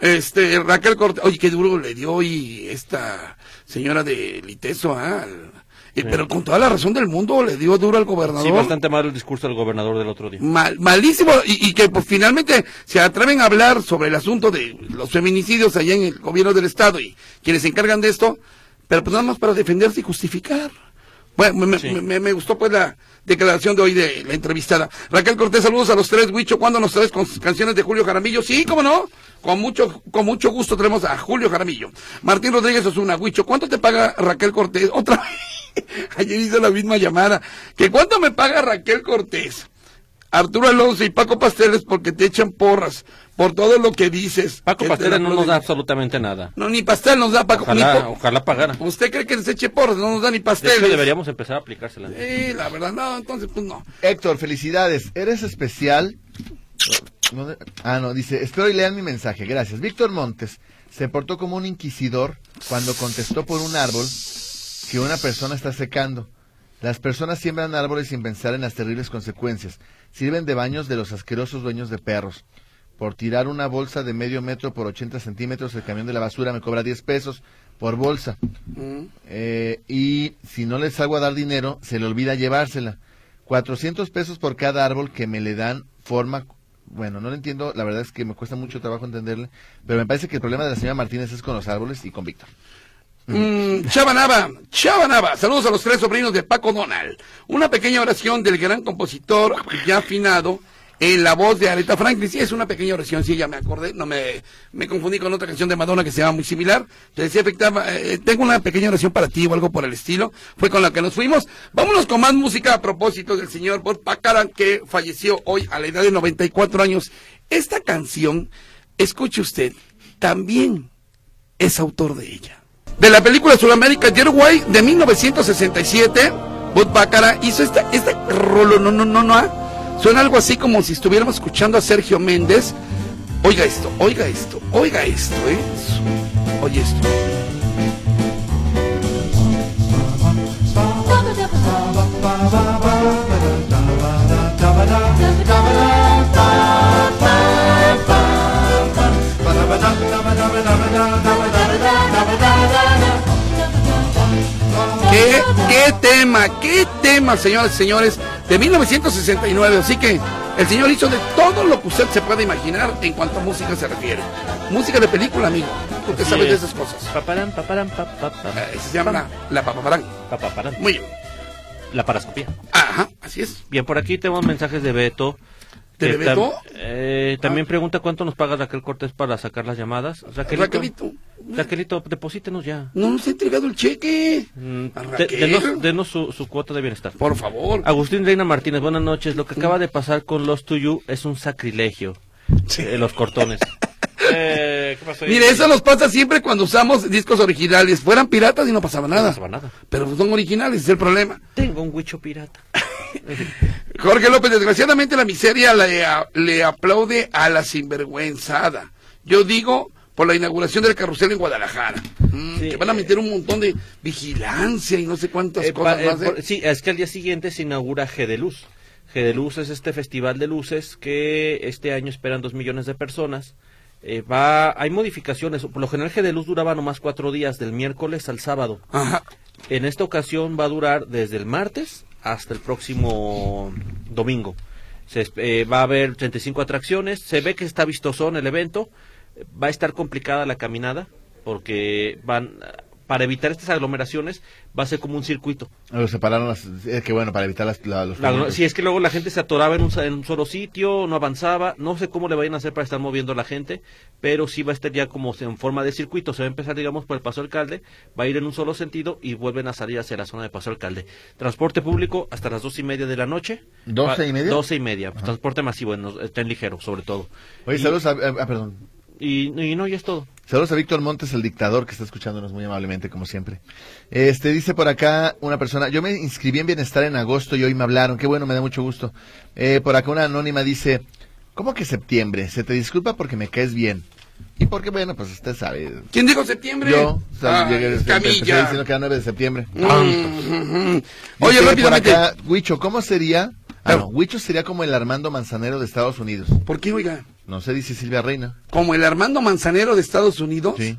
Speaker 3: Este, Raquel Cortés, oye, qué duro le dio hoy esta señora de Liteso, ah, al- eh, pero con toda la razón del mundo le dio duro al gobernador.
Speaker 2: Sí, bastante mal el discurso del gobernador del otro día.
Speaker 3: Mal- malísimo, y, y que pues, finalmente se atreven a hablar sobre el asunto de los feminicidios allá en el gobierno del Estado y quienes se encargan de esto, pero pues nada más para defenderse y justificar. Bueno, me, me-
Speaker 2: Sí.
Speaker 3: me- me gustó pues la declaración de hoy de la entrevistada. Raquel Cortés, saludos a los tres, Huicho, ¿cuándo nos traes con canciones de Julio Jaramillo? Sí, cómo no, con mucho, con mucho gusto traemos a Julio Jaramillo. Martín Rodríguez Osuna, Huicho, ¿cuánto te paga Raquel Cortés? Otra vez, ayer hizo la misma llamada, que ¿cuánto me paga Raquel Cortés? Arturo Alonso y Paco Pasteles porque te echan porras por todo lo que dices.
Speaker 2: Paco
Speaker 3: Que te
Speaker 2: Pastela
Speaker 3: la
Speaker 2: no nos da
Speaker 3: aplauden.
Speaker 2: absolutamente nada.
Speaker 3: No, ni pastel nos da Paco. ni
Speaker 2: Ojalá,
Speaker 3: po-
Speaker 2: ojalá pagara.
Speaker 3: ¿Usted cree que les eche porras? No nos da ni
Speaker 2: De
Speaker 3: pastel.
Speaker 2: hecho, deberíamos empezar a aplicársela.
Speaker 3: Sí, la verdad, no, entonces pues no.
Speaker 1: Héctor, felicidades. Eres especial. ¿Dónde? Ah, no, dice, espero y lean mi mensaje. Gracias. Víctor Montes se portó como un inquisidor cuando contestó por un árbol que una persona está secando. Las personas siembran árboles sin pensar en las terribles consecuencias. Sirven de baños de los asquerosos dueños de perros. Por tirar una bolsa de medio metro por 80 centímetros, el camión de la basura me cobra 10 pesos por bolsa. Eh, y si no les hago a dar dinero, se le olvida llevársela. 400 pesos por cada árbol que me le dan forma... Bueno, no lo entiendo, la verdad es que me cuesta mucho trabajo entenderle, pero me parece que el problema de la señora Martínez es con los árboles y con Víctor.
Speaker 3: Mm, Chabanaba, Chabanaba, saludos a los tres sobrinos de Paco Donald. Una pequeña oración del gran compositor ya afinado en la voz de Aretha Franklin. Sí, es una pequeña oración, sí, ya me acordé, no me, me confundí con otra canción de Madonna que se llama muy similar. Te decía, afectaba, eh, tengo una pequeña oración para ti o algo por el estilo. Fue con la que nos fuimos. Vámonos con más música a propósito del señor Bob Pacaran que falleció hoy a la edad de 94 años. Esta canción, escuche usted, también es autor de ella. De la película Sudamérica Uruguay de 1967, Bud Bacara hizo esta, esta rolo, no, no, no, no, ah. suena algo así como si estuviéramos escuchando a Sergio Méndez. Oiga esto, oiga esto, oiga esto, ¿eh? Su- Oye esto. ¿Qué, qué tema, qué tema, señoras y señores, de 1969. Así que el señor hizo de todo lo que usted se puede imaginar en cuanto a música se refiere. Música de película, amigo. Tú que sabes de esas cosas.
Speaker 2: Paparán, paparán, paparán.
Speaker 3: Eh, se llama la, la papaparán.
Speaker 2: Paparán.
Speaker 3: Muy bien.
Speaker 2: La parascopía.
Speaker 3: Ajá, así es.
Speaker 2: Bien, por aquí tenemos mensajes de Beto.
Speaker 3: ¿De Ah.
Speaker 2: que
Speaker 3: Beto?
Speaker 2: tam- eh, también pregunta cuánto nos paga Raquel Cortés para sacar las llamadas. Raquelito,
Speaker 3: Raquelito.
Speaker 2: Raquelito, deposítenos ya.
Speaker 3: No nos ha entregado el cheque.
Speaker 2: Mm,
Speaker 3: A
Speaker 2: de-
Speaker 3: Raquel.
Speaker 2: denos denos su, su cuota de bienestar.
Speaker 3: Por favor.
Speaker 2: Agustín Reina Martínez, buenas noches. Lo que acaba de pasar con los to You es un sacrilegio. Eh, los cortones. Eh, ¿Qué pasó? ahí?
Speaker 3: Mire, eso nos pasa siempre cuando usamos discos originales. Fueran piratas y no pasaba nada.
Speaker 2: pasaba nada.
Speaker 3: Pero son originales, es el problema.
Speaker 2: Tengo un huicho pirata.
Speaker 3: Jorge López, desgraciadamente la miseria le, a- le aplaude a la sinvergüenzada. Yo digo por la inauguración del carrusel en Guadalajara. Mm,
Speaker 2: Sí,
Speaker 3: que van a
Speaker 2: eh.
Speaker 3: meter un montón de vigilancia y no sé cuántas
Speaker 2: Eh,
Speaker 3: cosas
Speaker 2: pa- eh,
Speaker 3: más. ¿eh?
Speaker 2: por- sí, es que al día siguiente se inaugura G de Luz. G de Luz es este festival de luces que este año esperan dos millones de personas. Eh, va, hay modificaciones. Por lo general G de Luz duraba nomás cuatro días, del miércoles al sábado.
Speaker 3: Ajá.
Speaker 2: En esta ocasión va a durar desde el martes hasta el próximo domingo. Se esp- eh, va a haber 35 atracciones. Se ve que está vistosón el evento. Eh, Va a estar complicada la caminada porque van para evitar estas aglomeraciones va a ser como un circuito.
Speaker 1: Lo separaron las... Es que bueno, para evitar las, la- los...
Speaker 2: La-
Speaker 1: tumultos.
Speaker 2: si es que luego la gente se atoraba en un, sa- en un solo sitio, no avanzaba, no sé cómo le vayan a hacer para estar moviendo a la gente, pero sí va a estar ya como en forma de circuito, se va a empezar digamos por el Paso Alcalde, va a ir en un solo sentido y vuelven a salir hacia la zona de Paso Alcalde. Transporte público hasta las doce y media de la noche. Ah,
Speaker 1: ¿Doce y media?
Speaker 2: Doce y media, transporte masivo, en, los- tren ligero sobre todo.
Speaker 1: Oye,
Speaker 2: y,
Speaker 1: saludos a... ah, perdón.
Speaker 2: y- y no, ya es todo.
Speaker 1: Saludos a Víctor Montes, el dictador, que está escuchándonos muy amablemente, como siempre. Este, dice por acá una persona, yo me inscribí en Bienestar en agosto y hoy me hablaron, qué bueno, me da mucho gusto. Eh, por acá una anónima dice, ¿cómo que septiembre? Se te disculpa porque me caes bien. Y porque, bueno, pues usted sabe.
Speaker 3: ¿Quién dijo septiembre?
Speaker 1: Yo, o sea,
Speaker 3: Ah,
Speaker 1: llegué- empecé
Speaker 3: Camilla.
Speaker 1: diciendo que era 9 de septiembre.
Speaker 3: Mm, mm. Oye,
Speaker 1: Dice por
Speaker 3: rápidamente.
Speaker 1: acá, Huicho, ¿cómo sería? Ah,
Speaker 3: Claro.
Speaker 1: no, Huicho sería como el Armando Manzanero de Estados Unidos.
Speaker 3: ¿Por qué, oiga?
Speaker 1: No sé, dice Silvia Reina.
Speaker 3: ¿Como el Armando Manzanero de Estados Unidos?
Speaker 1: Sí.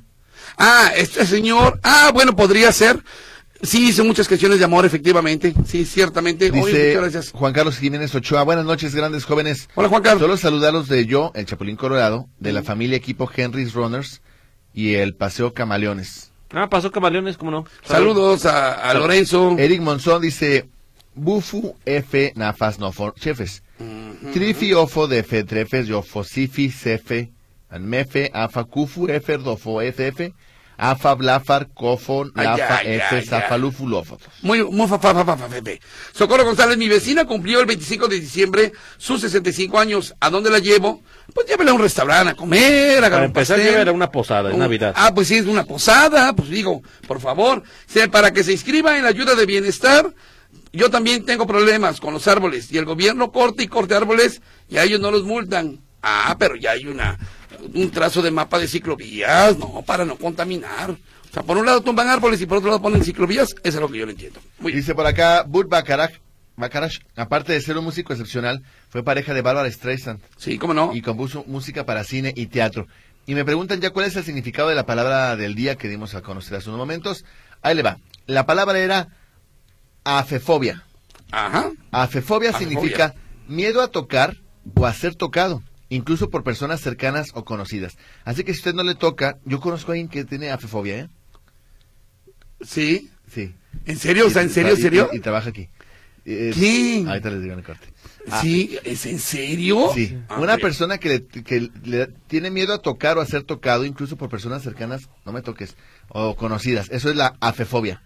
Speaker 3: Ah, este señor. Ah, bueno, podría ser. Sí, hizo muchas canciones de amor, efectivamente. Sí, ciertamente. Oye,
Speaker 1: Dice
Speaker 3: muchas gracias.
Speaker 1: Juan Carlos Jiménez Ochoa, buenas noches, grandes jóvenes.
Speaker 3: Hola, Juan Carlos.
Speaker 1: Solo saludarlos de yo, el Chapulín Colorado, de la familia equipo Henry's Runners y el Paseo Camaleones.
Speaker 2: Ah, pasó camaleones, ¿cómo no?
Speaker 3: Saludos a, a Lorenzo.
Speaker 1: Eric Monzón dice, Bufu F Nafas no for chefes. Trifi ofo de fe trefes yo fosifi cefe anmefe afa cufu efer dofo ff afa blafar cofon
Speaker 3: Ay,
Speaker 1: lafa
Speaker 3: ay, ay,
Speaker 1: efe
Speaker 3: ay.
Speaker 1: zafalufulofo.
Speaker 3: Muy, muy fa, fa, fa, fa, fa, fe, fe. Socorro González, mi vecina cumplió el 25 de diciembre sus 65 años. ¿A dónde la llevo? Pues llévela a un restaurante a comer, a
Speaker 2: Para empezar,
Speaker 3: llevar
Speaker 2: llévela a una posada, es Navidad.
Speaker 3: Ah, pues sí, es una posada. Pues digo, por favor, sea, para que se inscriba en la ayuda de bienestar. Yo también tengo problemas con los árboles y el gobierno corta y corta árboles y a ellos no los multan. Ah, pero ya hay una un trazo de mapa de ciclovías, no, para no contaminar. O sea, por un lado tumban árboles y por otro lado ponen ciclovías, eso es lo que yo no entiendo. Muy bien.
Speaker 1: Dice por acá, Burt Bacharach, Bacharach, aparte de ser un músico excepcional, fue pareja de Bárbara Streisand
Speaker 3: Sí, cómo no.
Speaker 1: y compuso música para cine y teatro. Y me preguntan ya cuál es el significado de la palabra del día que dimos a conocer hace unos momentos. Ahí le va. La palabra era afefobia.
Speaker 3: Ajá.
Speaker 1: Afefobia
Speaker 3: Afefobia.
Speaker 1: significa miedo a tocar o a ser tocado, incluso por personas cercanas o conocidas. Así que si usted no le toca, yo conozco a alguien que tiene afefobia, ¿eh?
Speaker 3: Sí.
Speaker 1: Sí.
Speaker 3: ¿En serio? O sea, ¿en serio, en
Speaker 1: Y-
Speaker 3: serio?
Speaker 1: Y, y trabaja aquí. Eh,
Speaker 3: ¿Qué?
Speaker 1: Ahorita les digo en el corte. Ah,
Speaker 3: Sí, ¿es en serio?
Speaker 1: Sí,
Speaker 3: Ah,
Speaker 1: una
Speaker 3: mira.
Speaker 1: persona que le, que le tiene miedo a tocar o a ser tocado, incluso por personas cercanas, no me toques, o conocidas. Eso es la afefobia.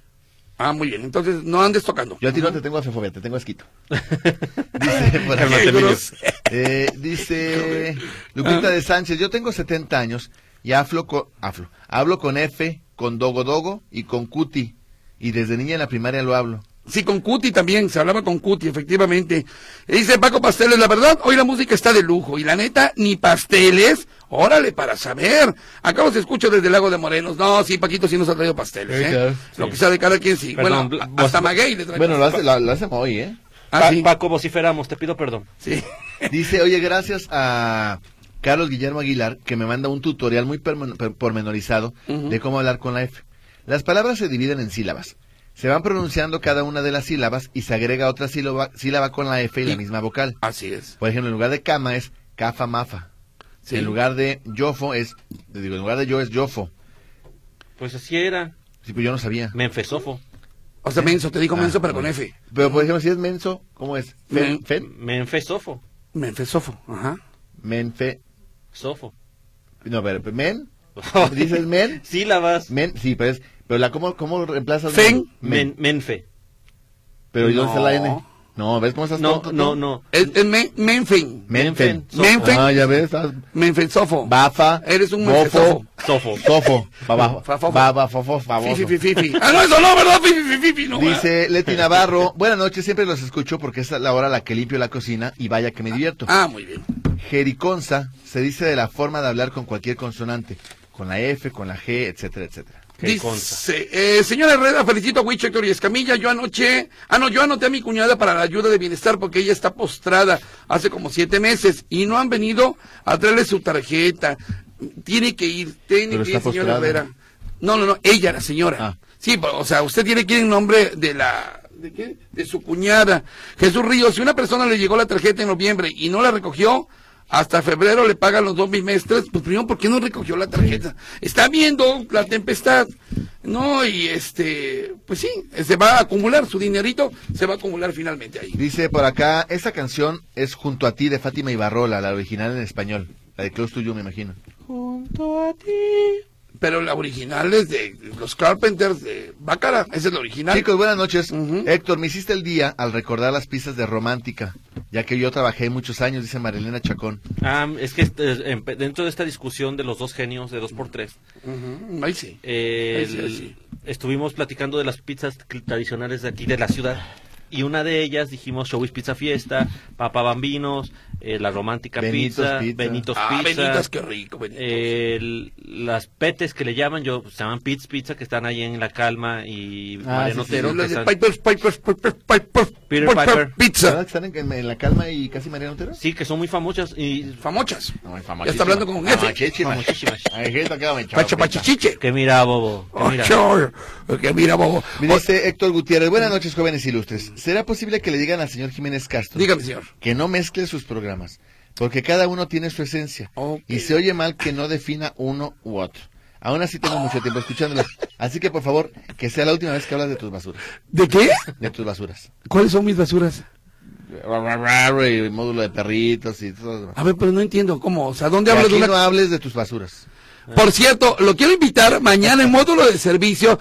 Speaker 3: Ah, muy bien, entonces no andes tocando.
Speaker 1: Yo a ti no te tengo afefobia, te tengo asquito. dice, por acá,
Speaker 3: Qué
Speaker 1: Emilio.
Speaker 3: grosero.
Speaker 1: Eh, dice Lupita de Sánchez, yo tengo 70 años y aflo co- aflo, hablo con F, con Dogo Dogo y con Cuti. Y desde niña en la primaria lo hablo.
Speaker 3: Sí, con Cuti también, se hablaba con Cuti, efectivamente. Y dice Paco Pasteles, la verdad, hoy la música está de lujo, y la neta, ni pasteles, órale, para saber. Acá se escucha desde el Lago de Morenos. No, sí, Paquito sí nos ha traído pasteles,
Speaker 1: Eh,
Speaker 3: ¿eh?
Speaker 1: claro.
Speaker 3: Lo que sea de cada quien sí.
Speaker 2: Perdón,
Speaker 3: bueno,
Speaker 2: bl-
Speaker 3: a- hasta
Speaker 2: vos-
Speaker 3: Maguey le trae
Speaker 1: Bueno, lo,
Speaker 3: pasteles.
Speaker 1: hace, lo, lo hacemos hoy, ¿eh?
Speaker 3: Ah,
Speaker 2: Pa-
Speaker 3: sí.
Speaker 2: Paco, vociferamos, te pido perdón.
Speaker 3: Sí.
Speaker 1: Dice, oye, gracias a Carlos Guillermo Aguilar que me manda un tutorial muy permen- per- pormenorizado
Speaker 3: Ujú.
Speaker 1: de cómo hablar con la F. Las palabras se dividen en sílabas. Se van pronunciando cada una de las sílabas y se agrega otra sílaba, sílaba con la F y la
Speaker 3: Y-
Speaker 1: misma vocal.
Speaker 3: Así es.
Speaker 1: Por ejemplo, en lugar de cama es cafa mafa.
Speaker 3: Sí.
Speaker 1: En lugar de yofo es, digo, en lugar de yo es yofo.
Speaker 2: Pues así era.
Speaker 1: Sí, pues yo no sabía.
Speaker 2: Menfesofo.
Speaker 3: O sea, menso, te digo
Speaker 1: Ah,
Speaker 3: menso, pero
Speaker 1: bueno.
Speaker 3: con F.
Speaker 1: Pero por ejemplo, si es menso, ¿cómo es? Fen,
Speaker 3: Men-
Speaker 1: fen,
Speaker 2: Menfesofo.
Speaker 3: Menfesofo, ajá.
Speaker 1: men, fe,
Speaker 2: Sofo.
Speaker 1: no, pero men, dices men,
Speaker 2: Sílabas.
Speaker 1: men, sí, pero es, pero la, ¿cómo, cómo reemplazas?
Speaker 3: Fen,
Speaker 1: men?
Speaker 2: Men- menfe.
Speaker 1: Pero ¿y dónde está la
Speaker 3: No.
Speaker 1: N? No, ¿ves cómo estás
Speaker 2: No,
Speaker 1: tonto tú?
Speaker 2: no, no.
Speaker 3: Es, es men- Menfen.
Speaker 1: Menfen.
Speaker 2: Menfen.
Speaker 3: Menfen.
Speaker 1: Ah, ya ves, estás
Speaker 3: Menfensofo.
Speaker 1: bafa.
Speaker 3: Eres un
Speaker 1: bofo,
Speaker 3: menfesofo.
Speaker 2: Sofo.
Speaker 1: sofo, babajo,
Speaker 3: Fafofo.
Speaker 1: baba, fofo, baboso.
Speaker 3: Fifi, fifi, fifi. Ah, no, eso no, ¿verdad? Fifi, fifi, fifi, no.
Speaker 1: Dice Leti Navarro, buenas noches, siempre los escucho porque es la hora a la que limpio la cocina y vaya que me divierto.
Speaker 3: Ah, muy bien.
Speaker 1: Jericonza se dice de la forma de hablar con cualquier consonante, con la F, con la G, etcétera, etcétera.
Speaker 2: Qué conza.
Speaker 3: Dice, eh, señora Herrera, felicito a Wich, Héctor y Escamilla. Yo anoche, ah, no, yo anoté a mi cuñada para la ayuda de bienestar porque ella está postrada hace como siete meses y no han venido a traerle su tarjeta. Tiene que ir, tiene
Speaker 1: Pero
Speaker 3: que
Speaker 1: está
Speaker 3: ir, señora
Speaker 1: postrada.
Speaker 3: Herrera. No, no, no, ella, la señora.
Speaker 1: Ah.
Speaker 3: Sí, pero, o sea, usted tiene que ir en nombre de la. ¿De qué? De su cuñada. Jesús Ríos, si una persona le llegó la tarjeta en noviembre y no la recogió, hasta febrero le pagan los dos bimestres, pues primero, ¿por qué no recogió la tarjeta? Está viendo la tempestad, ¿no? Y este, pues sí, se va a acumular su dinerito, se va a acumular finalmente ahí.
Speaker 1: Dice por acá, esta canción es Junto a ti de Fátima Ibarrola, la original en español, la de Close to You, me imagino.
Speaker 2: Junto a ti.
Speaker 3: Pero la original es de los Carpenters de Bácara, esa es la original.
Speaker 1: Chicos, buenas noches.
Speaker 3: Ujú.
Speaker 1: Héctor, me hiciste el día al recordar las pistas de Romántica, ya que yo trabajé muchos años, dice Marilena Chacón.
Speaker 2: Ah, es que este, em, dentro de esta discusión de los dos genios de dos por tres,
Speaker 3: Ujú, ahí sí.
Speaker 2: eh,
Speaker 3: Ahí sí, ahí
Speaker 2: el-
Speaker 3: sí.
Speaker 2: estuvimos platicando de las pizzas cl- tradicionales de aquí de la ciudad. Y una de ellas dijimos Showbiz Pizza Fiesta, Papa Bambinos, eh, la Romántica
Speaker 1: Benitos
Speaker 2: Pizza,
Speaker 1: Pizza.
Speaker 2: Benitos
Speaker 3: Ah,
Speaker 2: Pizza.
Speaker 3: Benitas, qué rico, Benitas.
Speaker 2: eh, el- las petes que le llaman, yo se llaman Pits Pizza, que están ahí en La Calma y
Speaker 1: Ah,
Speaker 2: Mariano
Speaker 1: sí, sí,
Speaker 2: Otero,
Speaker 3: Sí,
Speaker 2: que
Speaker 3: las de
Speaker 2: están-
Speaker 3: Piper's, Piper's, Piper's, Piper's,
Speaker 2: Peter
Speaker 3: Piper's
Speaker 2: Piper.
Speaker 1: ¿Verdad
Speaker 3: Pizza.
Speaker 1: que están en, en la calma y casi Mariano Otero?
Speaker 2: sí, que son muy famosas y
Speaker 3: Famochas.
Speaker 1: No, Ah, es
Speaker 3: Ya está hablando con F.
Speaker 2: Famosísimas.
Speaker 3: Pacho Pachichiche.
Speaker 2: que mira, bobo, que mira.
Speaker 3: Ocho. Que mira, bobo.
Speaker 1: Me
Speaker 3: O-
Speaker 1: dice este Héctor Gutiérrez, buenas noches jóvenes ilustres. ¿Será posible que le digan al señor Jiménez Castro
Speaker 3: Dígame, señor.
Speaker 1: que no mezcle sus programas? Porque cada uno tiene su esencia
Speaker 3: Ok.
Speaker 1: y se oye mal que no defina uno u otro. Aún así tengo mucho tiempo escuchándolos. Así que por favor, que sea la última vez que hablas de tus basuras.
Speaker 3: ¿De qué?
Speaker 1: De tus basuras.
Speaker 3: ¿Cuáles son mis basuras?
Speaker 1: y módulo de perritos y todo lo demás.
Speaker 3: A ver, pero no entiendo cómo. O sea, ¿dónde
Speaker 1: Que
Speaker 3: hablas Ah, de
Speaker 1: aquí
Speaker 3: una-
Speaker 1: no hables de tus basuras.
Speaker 3: Por cierto, lo quiero invitar mañana en módulo de servicio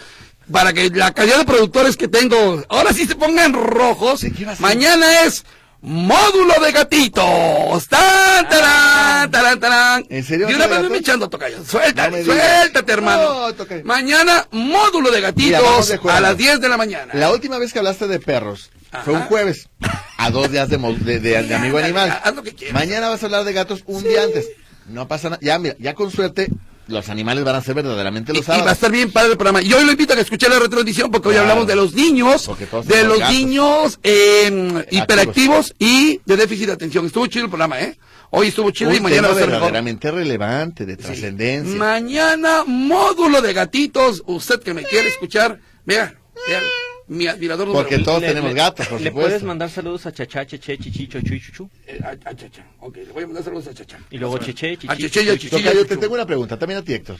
Speaker 3: para que la calidad de productores que tengo ahora sí se pongan rojos.
Speaker 1: ¿De qué va a ser?
Speaker 3: Mañana es módulo de gatitos. ¡Tan, tarán, tarán, tarán!
Speaker 1: Ah, ¿En serio va
Speaker 3: De
Speaker 1: a
Speaker 3: una
Speaker 1: ser de
Speaker 3: vez me
Speaker 1: gatos?
Speaker 3: echando tocayo. Suéltate,
Speaker 1: No me digas.
Speaker 3: suéltate, hermano.
Speaker 1: No, tocayo.
Speaker 3: mañana, módulo de
Speaker 1: Mira, vamos
Speaker 3: gatitos
Speaker 1: de acuerdo.
Speaker 3: a las 10 de la mañana.
Speaker 1: La última vez que hablaste de perros fue un
Speaker 3: Ajá.
Speaker 1: jueves, a dos días de, mo- de- de- de amigo
Speaker 3: ándale,
Speaker 1: animal.
Speaker 3: haz lo que quieras.
Speaker 1: Mañana vas a hablar de gatos un día antes. No pasa nada. Ya, mira, ya con suerte los animales van a ser verdaderamente
Speaker 3: Y,
Speaker 1: los
Speaker 3: y va a
Speaker 1: sábados.
Speaker 3: estar bien padre el programa. Y hoy lo invito a que escuche la retransmisión porque hoy
Speaker 1: Claro.
Speaker 3: hablamos de los niños,
Speaker 1: Porque todos
Speaker 3: de
Speaker 1: somos
Speaker 3: los
Speaker 1: gatos.
Speaker 3: niños eh, hiperactivos
Speaker 1: Activos.
Speaker 3: y de déficit de atención. Estuvo chido el programa, ¿eh? Hoy estuvo chido y
Speaker 1: Un tema
Speaker 3: mañana va a ser mejor.
Speaker 1: verdaderamente relevante, de trascendencia.
Speaker 3: Mañana, módulo de gatitos. Usted que me quiere escuchar, vea, vea, mi admirador número
Speaker 1: Porque
Speaker 3: uno.
Speaker 1: todos tenemos gatos, por
Speaker 2: ¿Le
Speaker 1: supuesto.
Speaker 2: puedes mandar saludos a Chacha, Cheche, Chichicho, Chuichuchu?
Speaker 3: Eh, a, a Chacha. Ok, le voy a mandar saludos a Chacha.
Speaker 2: Y luego Cheche,
Speaker 3: A
Speaker 2: Chichicho,
Speaker 3: Ah, Cheche y a
Speaker 2: Chuichuchu.
Speaker 3: Chichilla.
Speaker 1: Tocayo, te tengo una pregunta, también a ti, Héctor.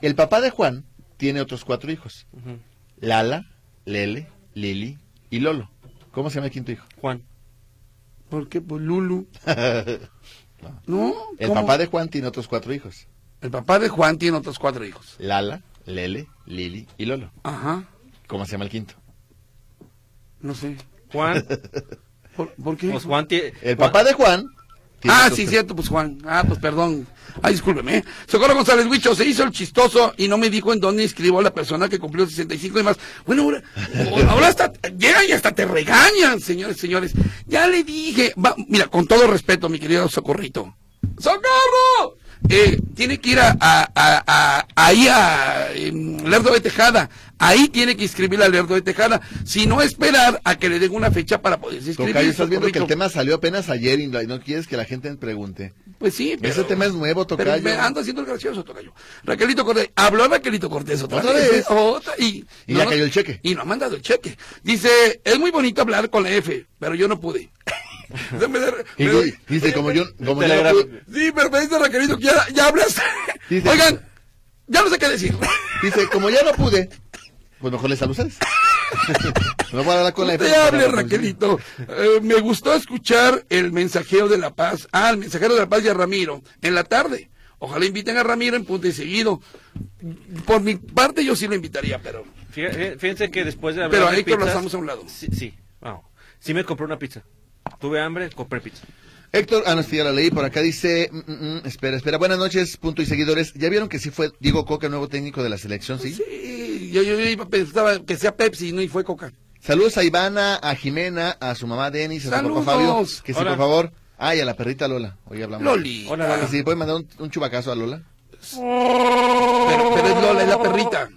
Speaker 1: El papá de Juan tiene otros cuatro hijos. Lala, Lele, Lili y Lolo. ¿Cómo se llama el quinto hijo?
Speaker 2: Juan.
Speaker 3: ¿Por qué? Pues Lulu. No,
Speaker 1: El
Speaker 3: ¿cómo?
Speaker 1: papá de Juan tiene otros cuatro hijos.
Speaker 3: El papá de Juan tiene otros cuatro hijos.
Speaker 1: Lala, Lele, Lili y Lolo.
Speaker 3: Ajá,
Speaker 1: ¿Cómo se llama el quinto?
Speaker 3: no sé.
Speaker 2: Juan.
Speaker 3: ¿Por, por qué?
Speaker 2: Pues Juan tiene.
Speaker 1: El
Speaker 2: Juan-
Speaker 1: papá de Juan. tiene
Speaker 3: Ah,
Speaker 1: otros
Speaker 3: sí,
Speaker 1: tres-
Speaker 3: cierto, pues Juan. Ah, pues perdón. Ay, discúlpeme. ¿eh? Socorro González Huicho se hizo el chistoso y no me dijo en dónde inscribió a la persona que cumplió 65 y más. Bueno, ahora, ahora hasta llegan y hasta te regañan, señores, señores. Ya le dije, va, mira, con todo respeto, mi querido Socorrito. ¡Socorro! Eh, tiene que ir a, a, a- a- ahí a em, Lerdo de Tejada. Ahí tiene que inscribir a Lerdo de Tejada. Si no esperar a que le den una fecha para poder inscribir.
Speaker 1: Tocayo, estás viendo que el
Speaker 3: Socorrito.
Speaker 1: tema salió apenas ayer y no no quieres que la gente pregunte.
Speaker 3: Pues sí, pero...
Speaker 1: Ese tema es nuevo,
Speaker 3: Pero
Speaker 1: Tocayo.
Speaker 3: me anda haciendo el gracioso, Tocayo. Raquelito Cortés, habló Raquelito Cortés otra,
Speaker 1: ¿Otra
Speaker 3: vez.
Speaker 1: vez?
Speaker 3: Otra, y,
Speaker 1: Y ya cayó el cheque.
Speaker 3: Y no ha mandado el cheque. Dice, es muy bonito hablar con la F, pero yo no pude. Se me da-
Speaker 1: Y
Speaker 3: me-
Speaker 1: di- dice, como yo, como yo no
Speaker 2: Telegrama.
Speaker 1: pude-
Speaker 3: Sí, pero me dice Raquelito que ya, ya hablas.
Speaker 1: Dice-
Speaker 3: Oigan, ya no sé qué decir.
Speaker 1: dice, como ya no pude, pues mejor les hablo a ustedes. no voy a hablar con la
Speaker 3: Usted
Speaker 1: F.
Speaker 3: hable, Raquelito. Eh, me gustó escuchar el mensajero de La Paz. Ah, el mensajero de La Paz y a Ramiro. En la tarde. Ojalá inviten a Ramiro en punto y seguido. Por mi parte, yo sí lo invitaría, pero.
Speaker 2: Fíjense eh, fíjense que después de hablar
Speaker 3: Pero
Speaker 2: de
Speaker 3: ahí que lo
Speaker 2: pizzas-
Speaker 3: hacemos a un lado.
Speaker 2: Sí, sí. Vamos. Sí me compré una pizza. Tuve hambre, compré pizza.
Speaker 1: Héctor, ah, no, sí, ya la leí, por acá dice, mm, mm, mm, espera, espera, buenas noches, punto y seguidores. ¿Ya vieron que sí fue Diego Coca, nuevo técnico de la selección, sí?
Speaker 3: Pues Sí, yo, yo, yo iba- pensaba que sea Pepsi, ¿no? Y fue Coca.
Speaker 1: Saludos a Ivana, a Jimena, a su mamá Denis, a su papá
Speaker 3: Saludos.
Speaker 1: Fabio, que sí,
Speaker 2: Hola.
Speaker 1: por favor. Ah, y a la perrita Lola, hoy hablamos.
Speaker 3: Loli. Ah,
Speaker 2: Hola,
Speaker 1: Que
Speaker 2: Lola.
Speaker 1: si puede mandar un, un chubacazo a Lola.
Speaker 3: Pero, pero es Lola, es la perrita.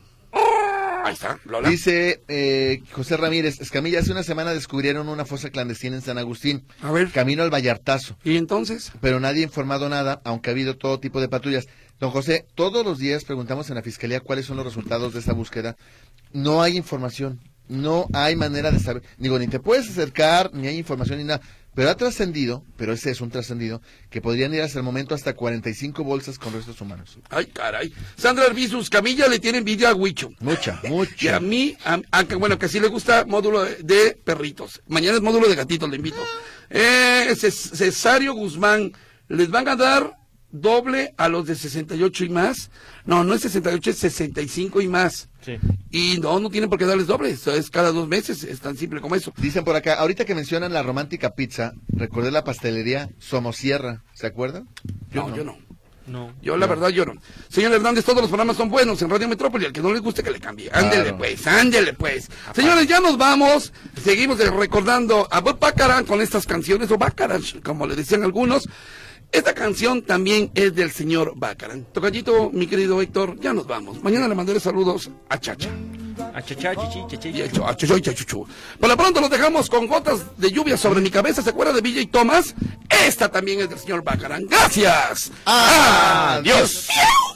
Speaker 3: Ahí está, Lola.
Speaker 1: Dice eh, José Ramírez, Escamilla, hace una semana descubrieron una fosa clandestina en San Agustín,
Speaker 3: A ver.
Speaker 1: camino al Vallartazo,
Speaker 3: Y entonces.
Speaker 1: pero nadie ha informado nada, aunque ha habido todo tipo de patrullas. Don José, todos los días preguntamos en la Fiscalía cuáles son los resultados de esa búsqueda. No hay información, no hay manera de saber, digo, ni te puedes acercar, ni hay información ni nada. Pero ha trascendido, pero ese es un trascendido, que podrían ir hasta el momento hasta 45 bolsas con restos humanos.
Speaker 3: Ay, caray. Sandra Arbizus, Camilla le tiene envidia a Huicho.
Speaker 1: Mucha,
Speaker 3: Y a
Speaker 1: mucha.
Speaker 3: mí, a, a que- bueno, que sí le gusta módulo de, de perritos. Mañana es módulo de gatitos, le invito. Eh, Ces- Cesario Guzmán, les van a dar doble a los de 68 y más. No, no es 68, es 65 y más.
Speaker 2: Sí.
Speaker 3: Y no, no tienen por qué darles doble, eso es cada dos meses, es tan simple como eso.
Speaker 1: Dicen por acá, ahorita que mencionan la romántica pizza, recordé la pastelería Somosierra, ¿se acuerdan?
Speaker 3: Yo no, yo no.
Speaker 2: No.
Speaker 3: Yo la verdad yo no. Señor Hernández, todos los programas son buenos en Radio Metrópoli. Al que no le guste que le cambie. Ándele
Speaker 1: Claro.
Speaker 3: pues, ándele pues. Señores, ya nos vamos. Seguimos eh, recordando a Bob Baccarat con estas canciones, o Baccarat, como le decían algunos. Esta canción también es del señor Baccarat. Tocallito, mi querido Héctor, ya nos vamos. Mañana le mandaré saludos a Chacha.
Speaker 2: A Chacha, Chichi, Cheche,
Speaker 3: Y a Cho- a Chochoy, Chachuchu. Por lo pronto los dejamos con gotas de lluvia sobre mi cabeza. ¿Se acuerda de Villa y Tomás? Esta también es del señor Baccarat. Gracias.
Speaker 1: Adiós.
Speaker 3: ¡Adiós!